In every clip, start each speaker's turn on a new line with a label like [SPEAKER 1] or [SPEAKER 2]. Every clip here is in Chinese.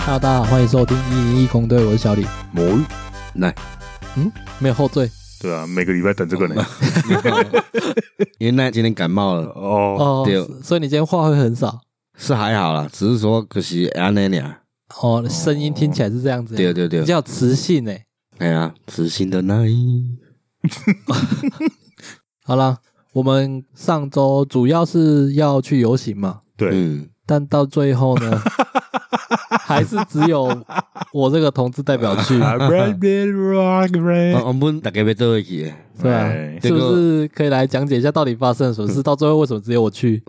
[SPEAKER 1] Hello，大家好，欢迎收听一零一公队，我是小李，嗯
[SPEAKER 2] 魔芋奶，
[SPEAKER 1] 没有后缀
[SPEAKER 3] 对啊，每个礼拜等这个呢。
[SPEAKER 2] 哦 因为奈今天感冒了，
[SPEAKER 3] 哦，
[SPEAKER 1] 哦
[SPEAKER 2] 对，
[SPEAKER 1] 所以你今天话会很少
[SPEAKER 2] 是还好啦，只是说可惜安奈俩，
[SPEAKER 1] 哦，声音听起来是这样子，
[SPEAKER 2] 对对对
[SPEAKER 1] 比，较有磁性欸诶。
[SPEAKER 2] 哎呀，知心的奈，
[SPEAKER 1] 好啦，我们上周主要是要去游行嘛，
[SPEAKER 3] 对，
[SPEAKER 2] 嗯，
[SPEAKER 1] 但到最后呢，还是只有我这个同志代表去，
[SPEAKER 3] 啊 嗯
[SPEAKER 2] 哦我我们大概要倒一起，
[SPEAKER 1] 对啊
[SPEAKER 3] 哎，
[SPEAKER 1] 是不是可以来讲解一下到底发生了什么事？到最后为什么只有我去？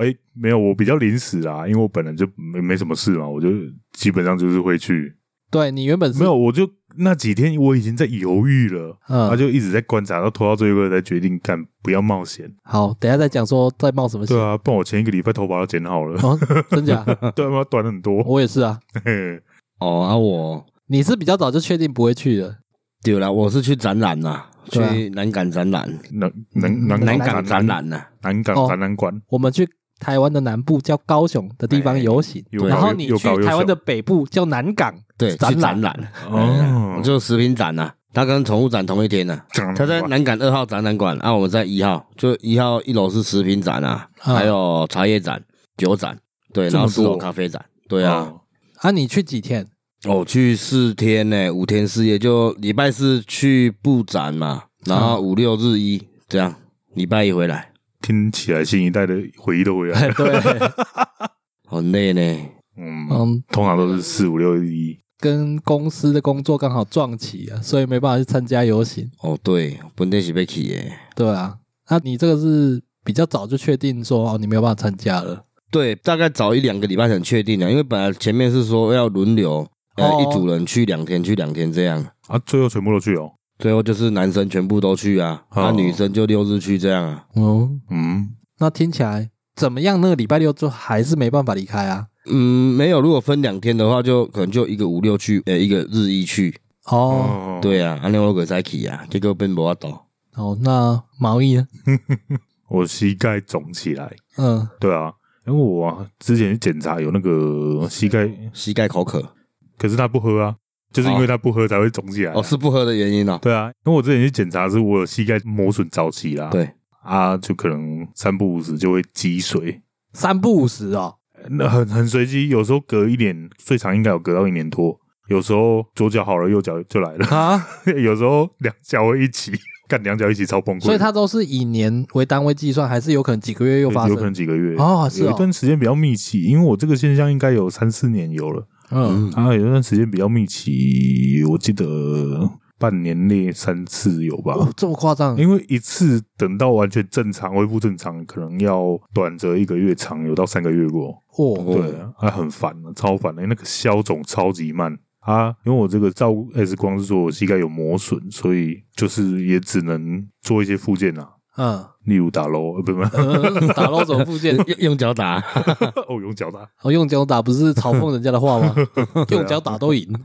[SPEAKER 3] 哎，没有，我比较临时啦，因为我本来就没没什么事嘛，我就基本上就是会去。
[SPEAKER 1] 对你原本是
[SPEAKER 3] 没有，我就那几天我已经在犹豫了，
[SPEAKER 1] 嗯
[SPEAKER 3] 他就一直在观察，到拖到最后一刻才决定干，不要冒险。
[SPEAKER 1] 好，等一下再讲说在冒什么险
[SPEAKER 3] 对。啊，不然我前一个礼拜头发都剪好了，
[SPEAKER 1] 哦，真假？
[SPEAKER 2] 嗯
[SPEAKER 3] 对啊，短很多。
[SPEAKER 1] 我也是啊。
[SPEAKER 3] 嘿
[SPEAKER 2] 哦啊我，
[SPEAKER 1] 你是比较早就确定不会去的，
[SPEAKER 2] 对啦，我是去展览啦，
[SPEAKER 1] 对啊
[SPEAKER 2] 去南港展览，
[SPEAKER 3] 南南南
[SPEAKER 2] 南
[SPEAKER 3] 港
[SPEAKER 2] 港展，览啊呐，
[SPEAKER 3] 南
[SPEAKER 1] 哦
[SPEAKER 3] 港展览馆，
[SPEAKER 1] 我们去台湾的南部叫高雄的地方游行，
[SPEAKER 3] 又
[SPEAKER 1] 然
[SPEAKER 3] 高
[SPEAKER 1] 后
[SPEAKER 3] 又
[SPEAKER 1] 你
[SPEAKER 3] 又
[SPEAKER 1] 去
[SPEAKER 3] 高又
[SPEAKER 1] 台湾
[SPEAKER 3] 小
[SPEAKER 1] 的北部叫南港，
[SPEAKER 2] 对，去
[SPEAKER 1] 展览
[SPEAKER 2] 展览，
[SPEAKER 3] 哦
[SPEAKER 2] 哎呀我就食品展呐，它跟宠物展同一天啊呐。
[SPEAKER 3] 展
[SPEAKER 2] 他在
[SPEAKER 3] 览馆
[SPEAKER 2] 南港二号展览馆，啊，我们在一号，就一号一楼是食品展啊，
[SPEAKER 1] 啊
[SPEAKER 2] 还有茶叶展、酒展，对，
[SPEAKER 3] 这么
[SPEAKER 2] 然后四楼
[SPEAKER 3] 多
[SPEAKER 2] 咖啡展，对啊，
[SPEAKER 3] 哦
[SPEAKER 1] 啊，你去几 天？
[SPEAKER 2] 哦，去四天呢，五天四夜，就礼拜四去布展嘛，然后五六日一这样，礼拜一回来，
[SPEAKER 3] 听起来新一代的回忆都回来了。
[SPEAKER 1] 对，
[SPEAKER 2] 很累呢，哦
[SPEAKER 3] 嗯，
[SPEAKER 1] 嗯，
[SPEAKER 3] 通常都是四五六一。
[SPEAKER 1] 跟公司的工作刚好撞齐啊，所以没办法去参加游行，
[SPEAKER 2] 哦，对，本地是被起耶，
[SPEAKER 1] 对啊。那你这个是比较早就确定说哦，你没有办法参加了，
[SPEAKER 2] 对，大概早一两个礼拜很确定了，因为本来前面是说要轮流，呃，
[SPEAKER 1] 哦
[SPEAKER 2] 一组人去两天，去两天这样，
[SPEAKER 3] 啊，最后全部都去哦。
[SPEAKER 2] 最后就是男生全部都去啊，那、
[SPEAKER 3] 哦
[SPEAKER 2] 女生就六日去这样啊。
[SPEAKER 1] 哦，
[SPEAKER 3] 嗯，
[SPEAKER 1] 那听起来怎么样？那个礼拜六就还是没办法离开啊。
[SPEAKER 2] 嗯，没有。如果分两天的话，就可能就一个五六去，呃，一个日一去。
[SPEAKER 1] 哦
[SPEAKER 3] 哦，
[SPEAKER 2] 对啊，安尼我个再去啊，结果变无法度。
[SPEAKER 3] 嗯
[SPEAKER 1] 哦，那毛衣呢？
[SPEAKER 3] 我膝盖肿起来。
[SPEAKER 1] 嗯，
[SPEAKER 3] 对啊，因为我、啊、之前去检查有那个膝盖，
[SPEAKER 2] 膝盖口渴，
[SPEAKER 3] 可是他不喝啊，就是因为他不喝才会肿
[SPEAKER 1] 啊
[SPEAKER 3] 起来、啊
[SPEAKER 2] 哦，是。不喝的原因哦。
[SPEAKER 3] 对啊，因为我之前去检查是我有膝盖磨损早期啦。
[SPEAKER 2] 对，
[SPEAKER 3] 啊，就可能三不五时就会积水，
[SPEAKER 1] 三不五十哦。
[SPEAKER 3] 那很很随机，有时候隔一年，最长应该有隔到一年多。有时候左脚好了，右脚就来了；
[SPEAKER 1] 啊，
[SPEAKER 3] 有时候两脚会一起，干两脚一起超崩溃。
[SPEAKER 1] 所以它都是以年为单位计算，还是有可能几个月又发
[SPEAKER 3] 有可
[SPEAKER 1] 生？
[SPEAKER 3] 能几个月
[SPEAKER 1] 哦是哦
[SPEAKER 3] 有一段时间比较密集，因为我这个现象应该有三四年有了，
[SPEAKER 1] 嗯，
[SPEAKER 2] 嗯，
[SPEAKER 3] 啊，有一段时间比较密集，我记得半年内三次有吧。
[SPEAKER 1] 哦，这么夸张？
[SPEAKER 3] 因为一次等到完全正常、恢复正常，可能要短则一个月，长有到三个月过。
[SPEAKER 1] 哦，
[SPEAKER 3] 对，啊，很烦啊，超烦的、那个消肿超级慢啊。因为我这个照 X 光是说我膝盖有磨损，所以就是也只能做一些附件啊，
[SPEAKER 1] 嗯，
[SPEAKER 3] 例如打喽，呃不不，
[SPEAKER 1] 嗯打漏什么附件？
[SPEAKER 2] 用 用脚打，
[SPEAKER 3] 哦，用脚打。
[SPEAKER 1] 哦，用脚打不是嘲讽人家的 话吗？用脚打都
[SPEAKER 3] 啊
[SPEAKER 1] 赢，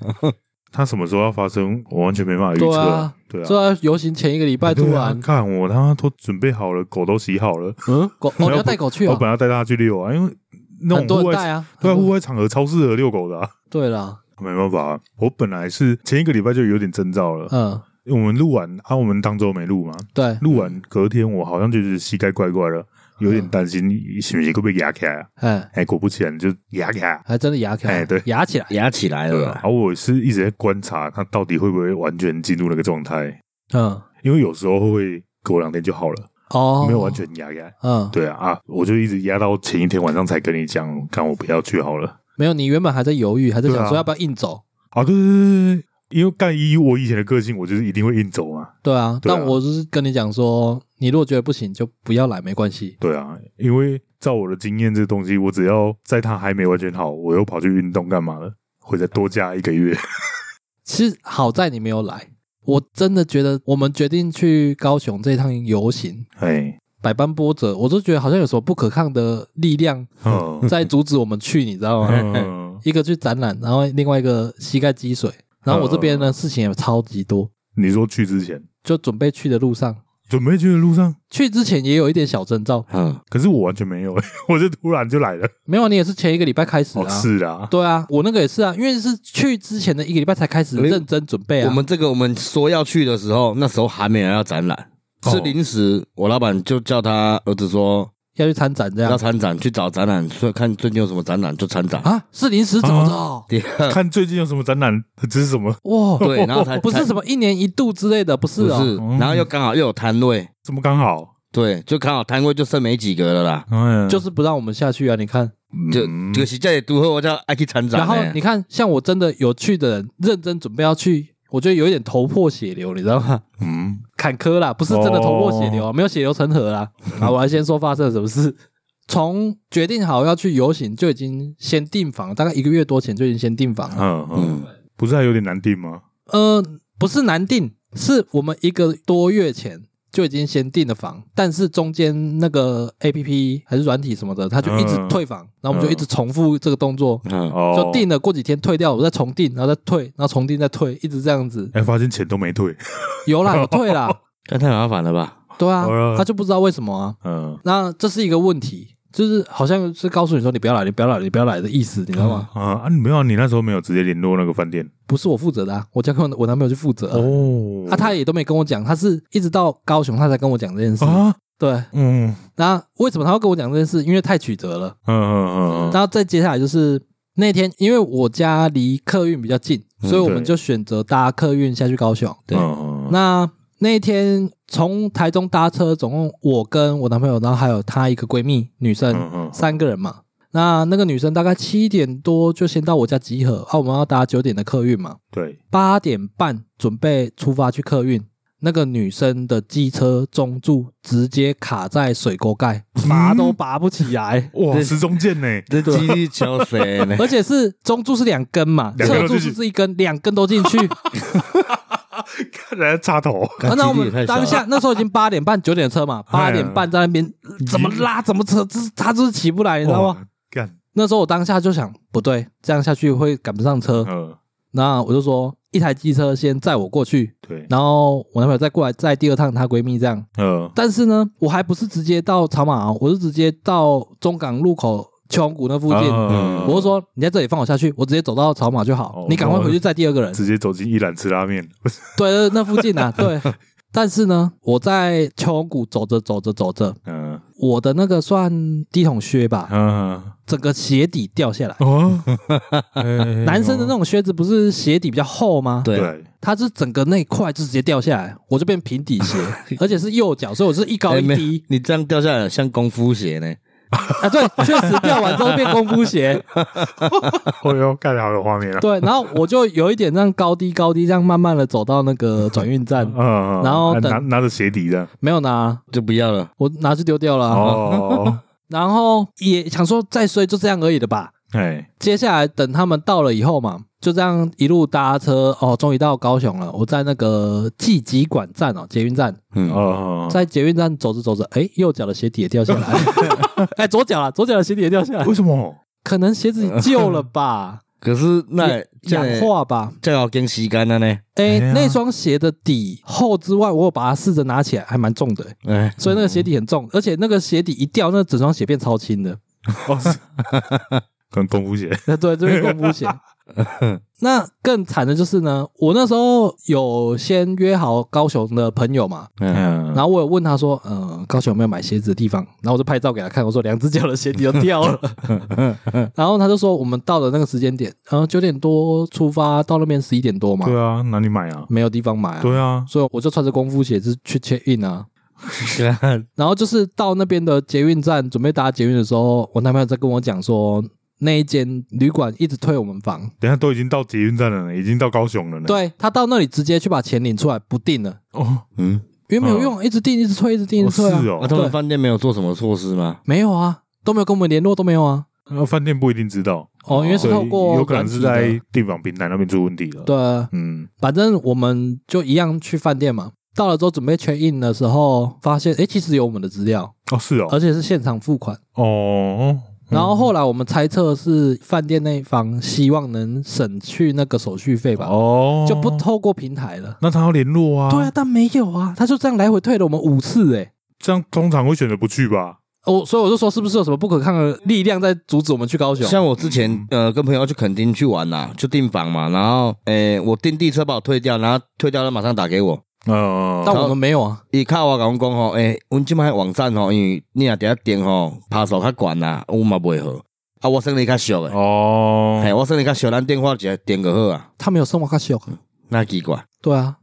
[SPEAKER 3] 他什么时候要发生，我完全没办法预测。
[SPEAKER 1] 对啊
[SPEAKER 3] 对啊，
[SPEAKER 1] 虽然游行前一个礼拜突
[SPEAKER 3] 对啊
[SPEAKER 1] 然，
[SPEAKER 3] 看我他妈都准备好了，狗都洗好了，
[SPEAKER 1] 嗯，狗哦，你要带狗去
[SPEAKER 3] 我
[SPEAKER 1] 啊？
[SPEAKER 3] 本来要带它去遛啊，因为那
[SPEAKER 1] 很
[SPEAKER 3] 种
[SPEAKER 1] 多
[SPEAKER 3] 户
[SPEAKER 1] 人
[SPEAKER 3] 外
[SPEAKER 1] 带啊，
[SPEAKER 3] 对啊
[SPEAKER 1] 很多
[SPEAKER 3] 户外场合超适合遛狗的、啊。
[SPEAKER 1] 对啦，
[SPEAKER 3] 没办法、啊，我本来是前一个礼拜就有点征兆了。
[SPEAKER 1] 嗯，
[SPEAKER 3] 因为我们录完啊，我们当周没录嘛，
[SPEAKER 1] 对，
[SPEAKER 3] 录完隔天我好像就是膝盖怪怪的，
[SPEAKER 1] 嗯
[SPEAKER 3] 有点担心是不是会被压起来啊？
[SPEAKER 1] 哎，
[SPEAKER 3] 哎，果不其然就压起来。
[SPEAKER 1] 还真的牙起来，
[SPEAKER 3] 哎对
[SPEAKER 1] 牙起来，
[SPEAKER 2] 压起来
[SPEAKER 3] 对
[SPEAKER 2] 了
[SPEAKER 3] 啊，
[SPEAKER 2] 啦。
[SPEAKER 3] 而我是一直在观察它到底会不会完全进入那个状态，
[SPEAKER 1] 嗯，
[SPEAKER 3] 因为有时候会过两天就好了。
[SPEAKER 1] 哦，
[SPEAKER 3] 没有完，全压压。
[SPEAKER 1] 嗯，
[SPEAKER 3] 对啊啊，我就一直压到前一天晚上才跟你讲，看我不要去好了。
[SPEAKER 1] 没有，你原本还在犹豫，还在想
[SPEAKER 3] 对啊
[SPEAKER 1] 说要不要硬走，
[SPEAKER 3] 啊，对对对对对，因为干一我以前的个性，我就是一定会硬走嘛。
[SPEAKER 1] 对啊，
[SPEAKER 3] 对啊
[SPEAKER 1] 但我就是跟你讲说，你如果觉得不行就不要来，没关系，
[SPEAKER 3] 对啊，因为照我的经验，这东西我只要在它还没完全好，我又跑去运动干嘛了，会再多加一个月。
[SPEAKER 1] 其实好在你没有来，我真的觉得我们决定去高雄这一趟游行，
[SPEAKER 3] 哎，
[SPEAKER 1] 百般波折，我都觉得好像有什么不可抗的力量
[SPEAKER 3] 嗯
[SPEAKER 1] 在阻止我们去，你知道吗？
[SPEAKER 3] 嗯，
[SPEAKER 1] 一个去展览，然后另外一个膝盖积水，然后我这边呢事情也超级多，
[SPEAKER 3] 你说去之前
[SPEAKER 1] 就准备去的路上，
[SPEAKER 3] 准备去的路上，
[SPEAKER 1] 去之前也有一点小征兆，
[SPEAKER 2] 嗯，
[SPEAKER 3] 可是我完全没有、欸，我就突然就来了。
[SPEAKER 1] 没有，你也是前一个礼拜开始
[SPEAKER 3] 哦，
[SPEAKER 1] 啊。
[SPEAKER 3] 是啦，
[SPEAKER 1] 对啊，我那个也是啊，因为是去之前的一个礼拜才开始
[SPEAKER 2] 没
[SPEAKER 1] 认真准备啊。
[SPEAKER 2] 我们这个我们说要去的时候，那时候还没有要展览，
[SPEAKER 3] 哦
[SPEAKER 2] 是临时，我老板就叫他儿子说
[SPEAKER 1] 要去参展这
[SPEAKER 2] 要
[SPEAKER 1] 样
[SPEAKER 2] 参展，去找展览，说看最近有什么展览就参展。
[SPEAKER 1] 啊，是临时找的哦。
[SPEAKER 2] 对
[SPEAKER 3] 看最近有什么展览，这是什么
[SPEAKER 1] 哇，
[SPEAKER 2] 对，啊然后才
[SPEAKER 1] 不是什么一年一度之类的，不是
[SPEAKER 2] 不
[SPEAKER 1] 哦。
[SPEAKER 2] 是，然后又刚好又有摊位，
[SPEAKER 3] 怎么刚好？
[SPEAKER 2] 对，就刚好摊位就剩没几个了啦。
[SPEAKER 3] 哎，
[SPEAKER 1] 就是不让我们下去啊！你看，
[SPEAKER 2] 就
[SPEAKER 3] 嗯
[SPEAKER 2] 就是这里都后我叫爱去参展
[SPEAKER 1] 然
[SPEAKER 2] 呢，
[SPEAKER 1] 后你看，像我真的有去的人，认真准备要去，我觉得有一点头破血流，你知道吗？
[SPEAKER 3] 嗯，
[SPEAKER 1] 坎坷啦，不是真的头破血流啊，没有血流成河啦。啊，我来先说发生了什么事。从决定好要去游行就已经先订房，大概一个月多前就已经先订房了。
[SPEAKER 3] 嗯嗯，
[SPEAKER 2] 嗯，
[SPEAKER 3] 不是还有点难定吗？
[SPEAKER 1] 呃，不是难订，是我们一个多月前就已经先订了房，但是中间那个 A P P 还是软体什么的，他就一直
[SPEAKER 3] 嗯
[SPEAKER 1] 退房，然后我们就一直重复这个动作，
[SPEAKER 2] 嗯，
[SPEAKER 3] 哦，
[SPEAKER 1] 就订了，过几天退掉，我再重订，然后再退，然后重订再退，一直这样 子。
[SPEAKER 3] 哎，发现钱都没退，
[SPEAKER 1] 有啦，有退啦，
[SPEAKER 2] 那太麻烦了吧？
[SPEAKER 1] 对啊
[SPEAKER 3] 好，了
[SPEAKER 1] 他就不知道为什么啊。
[SPEAKER 3] 嗯，
[SPEAKER 1] 那这是一个问题，就是好像是告诉你说你不要来，你不要来，你不要来的意思，你知道吗？
[SPEAKER 3] 啊啊，你没有啊，你那时候没有直接联络那个饭店
[SPEAKER 1] 不是我负责的、啊，我交给我我男朋友去负责啊、
[SPEAKER 3] 哦
[SPEAKER 1] 啊，他也都没跟我讲，他是一直到高雄他才跟我讲这件事。
[SPEAKER 3] 啊，
[SPEAKER 1] 对，
[SPEAKER 3] 嗯
[SPEAKER 1] 那为什么他要跟我讲这件事？因为太曲折了。
[SPEAKER 3] 嗯嗯嗯嗯，
[SPEAKER 1] 然后再接下来就是那天，因为我家离客运比较近，
[SPEAKER 2] 嗯
[SPEAKER 1] 所以我们
[SPEAKER 3] 对
[SPEAKER 1] 就选择搭客运下去高雄。
[SPEAKER 2] 对
[SPEAKER 3] 嗯嗯
[SPEAKER 1] 那那一天从台中搭车，总共我跟我男朋友，然后还有她一个闺蜜女生，
[SPEAKER 3] 嗯嗯
[SPEAKER 1] 三个人嘛。那那个女生大概七点多就先到我家集合，啊，我们要搭九点的客运嘛，
[SPEAKER 3] 对，
[SPEAKER 1] 八点半准备出发去客运。那个女生的机车中柱直接卡在水沟盖，
[SPEAKER 3] 嗯
[SPEAKER 1] 拔都拔不起 来。
[SPEAKER 3] 哇，
[SPEAKER 2] 对
[SPEAKER 3] 时钟剑呢？
[SPEAKER 2] 这几率超谁呢？
[SPEAKER 1] 而且是中柱是两根嘛，
[SPEAKER 3] 两根
[SPEAKER 1] 侧
[SPEAKER 3] 都
[SPEAKER 1] 柱
[SPEAKER 3] 进去
[SPEAKER 1] 是是一根，两根都 进去。
[SPEAKER 3] 看人家插头，
[SPEAKER 1] 啊那我
[SPEAKER 2] 几率也太
[SPEAKER 1] 们
[SPEAKER 2] 小了
[SPEAKER 1] 当下那时候已经八点半九点的车嘛， 八点半在那边怎么拉怎么扯，这他就是起不来，你知道吗？
[SPEAKER 3] 哇？干，
[SPEAKER 1] 那时候我当下就想，不对，这样下去会赶不上车。
[SPEAKER 3] 嗯，
[SPEAKER 1] 那我就说，一台机车先载我过去，
[SPEAKER 3] 对，
[SPEAKER 1] 然后我男朋友再过来载第二趟她闺蜜这样。
[SPEAKER 3] 嗯
[SPEAKER 1] 但是呢，我还不是直接到草马哦，我是直接到中港路口秋红谷那附近。
[SPEAKER 2] 啊
[SPEAKER 3] 嗯
[SPEAKER 1] 我就说，你在这里放我下去，我直接走到草马就好
[SPEAKER 3] 哦，
[SPEAKER 1] 你赶快回去载第二个人。
[SPEAKER 3] 直接走进一兰吃拉面，
[SPEAKER 1] 对，那附 近啊，对。但是呢，我在秋红谷走着走着走着，
[SPEAKER 3] 嗯
[SPEAKER 1] 我的那个算低筒靴吧，
[SPEAKER 3] 嗯
[SPEAKER 1] 整个鞋底掉下
[SPEAKER 2] 嗯
[SPEAKER 1] 来。
[SPEAKER 3] 哦，
[SPEAKER 1] 男生的那
[SPEAKER 3] 种
[SPEAKER 1] 种靴子不是鞋底比较厚吗？，
[SPEAKER 2] 对，
[SPEAKER 3] 哦对，
[SPEAKER 1] 它是整个那一块就直接掉下来，我就变平底 鞋，而且是右脚，所以我是一高
[SPEAKER 2] 哎
[SPEAKER 1] 一
[SPEAKER 2] 没
[SPEAKER 1] 低
[SPEAKER 2] 你这样掉下来像功夫鞋呢。
[SPEAKER 1] 啊。对，确实掉完之后变功夫鞋。
[SPEAKER 3] 哦哟，看好有画面了，
[SPEAKER 1] 对，然后我就有一点这样高低高低这样慢慢的走到那个转运 站，
[SPEAKER 3] 嗯，
[SPEAKER 1] 然后
[SPEAKER 3] 还
[SPEAKER 1] 等
[SPEAKER 3] 拿拿着鞋底的，
[SPEAKER 1] 没有拿，
[SPEAKER 2] 就不要了。
[SPEAKER 1] 我拿去丢掉了啊。
[SPEAKER 3] 哦，
[SPEAKER 1] 然后也想说再衰就这样而已的吧。
[SPEAKER 3] 哎，
[SPEAKER 1] 接下来等他们到了以后嘛，就这样一路搭车哦，终于到高雄了。我在那个季集馆站哦，捷运站，
[SPEAKER 2] 嗯，
[SPEAKER 3] 哦，
[SPEAKER 1] 在捷运站走着走着，哎，右脚的鞋底也掉下来， 哎，左脚啊，左脚的鞋底也掉下来
[SPEAKER 3] 为，什么？
[SPEAKER 1] 可能鞋子旧了 吧，
[SPEAKER 2] 可是那
[SPEAKER 1] 氧
[SPEAKER 2] 这
[SPEAKER 1] 化吧。
[SPEAKER 2] 这要跟吸干了呢。
[SPEAKER 1] 哎
[SPEAKER 3] 哎呀，
[SPEAKER 1] 那双鞋的底厚之外，我有把它试着拿起来，还蛮重的，
[SPEAKER 2] 哎，
[SPEAKER 1] 所以那个鞋底很重，而且那个鞋底一掉，那整双鞋变超轻的。
[SPEAKER 3] 哦，是跟功夫鞋，
[SPEAKER 1] 那对，这边功夫鞋。 那更惨的就是呢，我那时候有先约好高雄的朋友嘛，
[SPEAKER 2] 嗯，
[SPEAKER 3] 嗯
[SPEAKER 1] 然，后我有问他说，呃，高雄有没有买鞋子的地方？然后我就拍照给他看，我说两只脚的鞋底都掉 了。然后他就说，我们到了那个时间点，然后九点多出发，到那边十一点多嘛，
[SPEAKER 3] 对啊，哪里买啊？
[SPEAKER 1] 没有地方买啊，
[SPEAKER 3] 对啊，
[SPEAKER 1] 所以我就穿着功夫鞋子去 check in 啊。然后就是到那边的捷运站准备搭捷运的时候，我男朋友在跟我讲说，那一间旅馆一直退我们房，
[SPEAKER 3] 等一下都已经到捷运站了呢，已经到高雄了呢。，
[SPEAKER 1] 对他到那里直接去把钱领出来，不定了，
[SPEAKER 3] 哦，
[SPEAKER 2] 嗯，
[SPEAKER 1] 因为没有用，一直定，一直退，一直定，一
[SPEAKER 3] 哦
[SPEAKER 1] 直
[SPEAKER 3] 是
[SPEAKER 1] 退啊，
[SPEAKER 2] 那
[SPEAKER 3] 哦，
[SPEAKER 2] 他们
[SPEAKER 1] 对
[SPEAKER 2] 饭店没有做什么措施吗？
[SPEAKER 1] 没有啊，都没有跟我们联络，都没有啊。
[SPEAKER 3] 那饭店不一定知道，
[SPEAKER 1] 哦，因为是
[SPEAKER 3] 所
[SPEAKER 1] 透
[SPEAKER 3] 以
[SPEAKER 1] 过
[SPEAKER 3] 有可能是
[SPEAKER 1] 软
[SPEAKER 3] 在
[SPEAKER 1] 体
[SPEAKER 3] 订房平台那边出问题了。
[SPEAKER 1] 的，对，
[SPEAKER 3] 嗯，
[SPEAKER 1] 反正我们就一样去饭店嘛。到了之后准备 check in
[SPEAKER 3] 어,
[SPEAKER 1] 的时候，发现哎，诶其实有我们的资料，
[SPEAKER 3] 哦，是哦，
[SPEAKER 1] 而且是现场付款。
[SPEAKER 3] 哦，
[SPEAKER 1] 然后后来我们猜测是饭店那一方希望能省去那个手续费吧，
[SPEAKER 3] 哦，
[SPEAKER 1] 就不透过平台了。
[SPEAKER 3] 那他要联络啊，
[SPEAKER 1] 对啊，，但没有啊，他就这样来回退了我们五次哎、
[SPEAKER 3] 这样通常会选择不去吧？
[SPEAKER 1] 我所以我就说，是不是有什么不可抗的力量在阻止我们去高雄？
[SPEAKER 2] 像我之前呃跟朋友去垦丁去玩啦，就订房嘛，然后诶我订地车把我退掉，然后退掉了马上打给我，
[SPEAKER 3] 呃，
[SPEAKER 1] 但我们没有啊，
[SPEAKER 2] 伊靠我讲讲吼，诶、阮即摆网站吼，因为你若伫遐订吼，拍数较悬啦，阮嘛袂好，啊我算你较俗诶，
[SPEAKER 3] 哦
[SPEAKER 2] 嘿、，我算你较俗，咱电话直接订就好啊，
[SPEAKER 1] 他没有生活卡秀。
[SPEAKER 2] 那奇怪，
[SPEAKER 1] 对啊，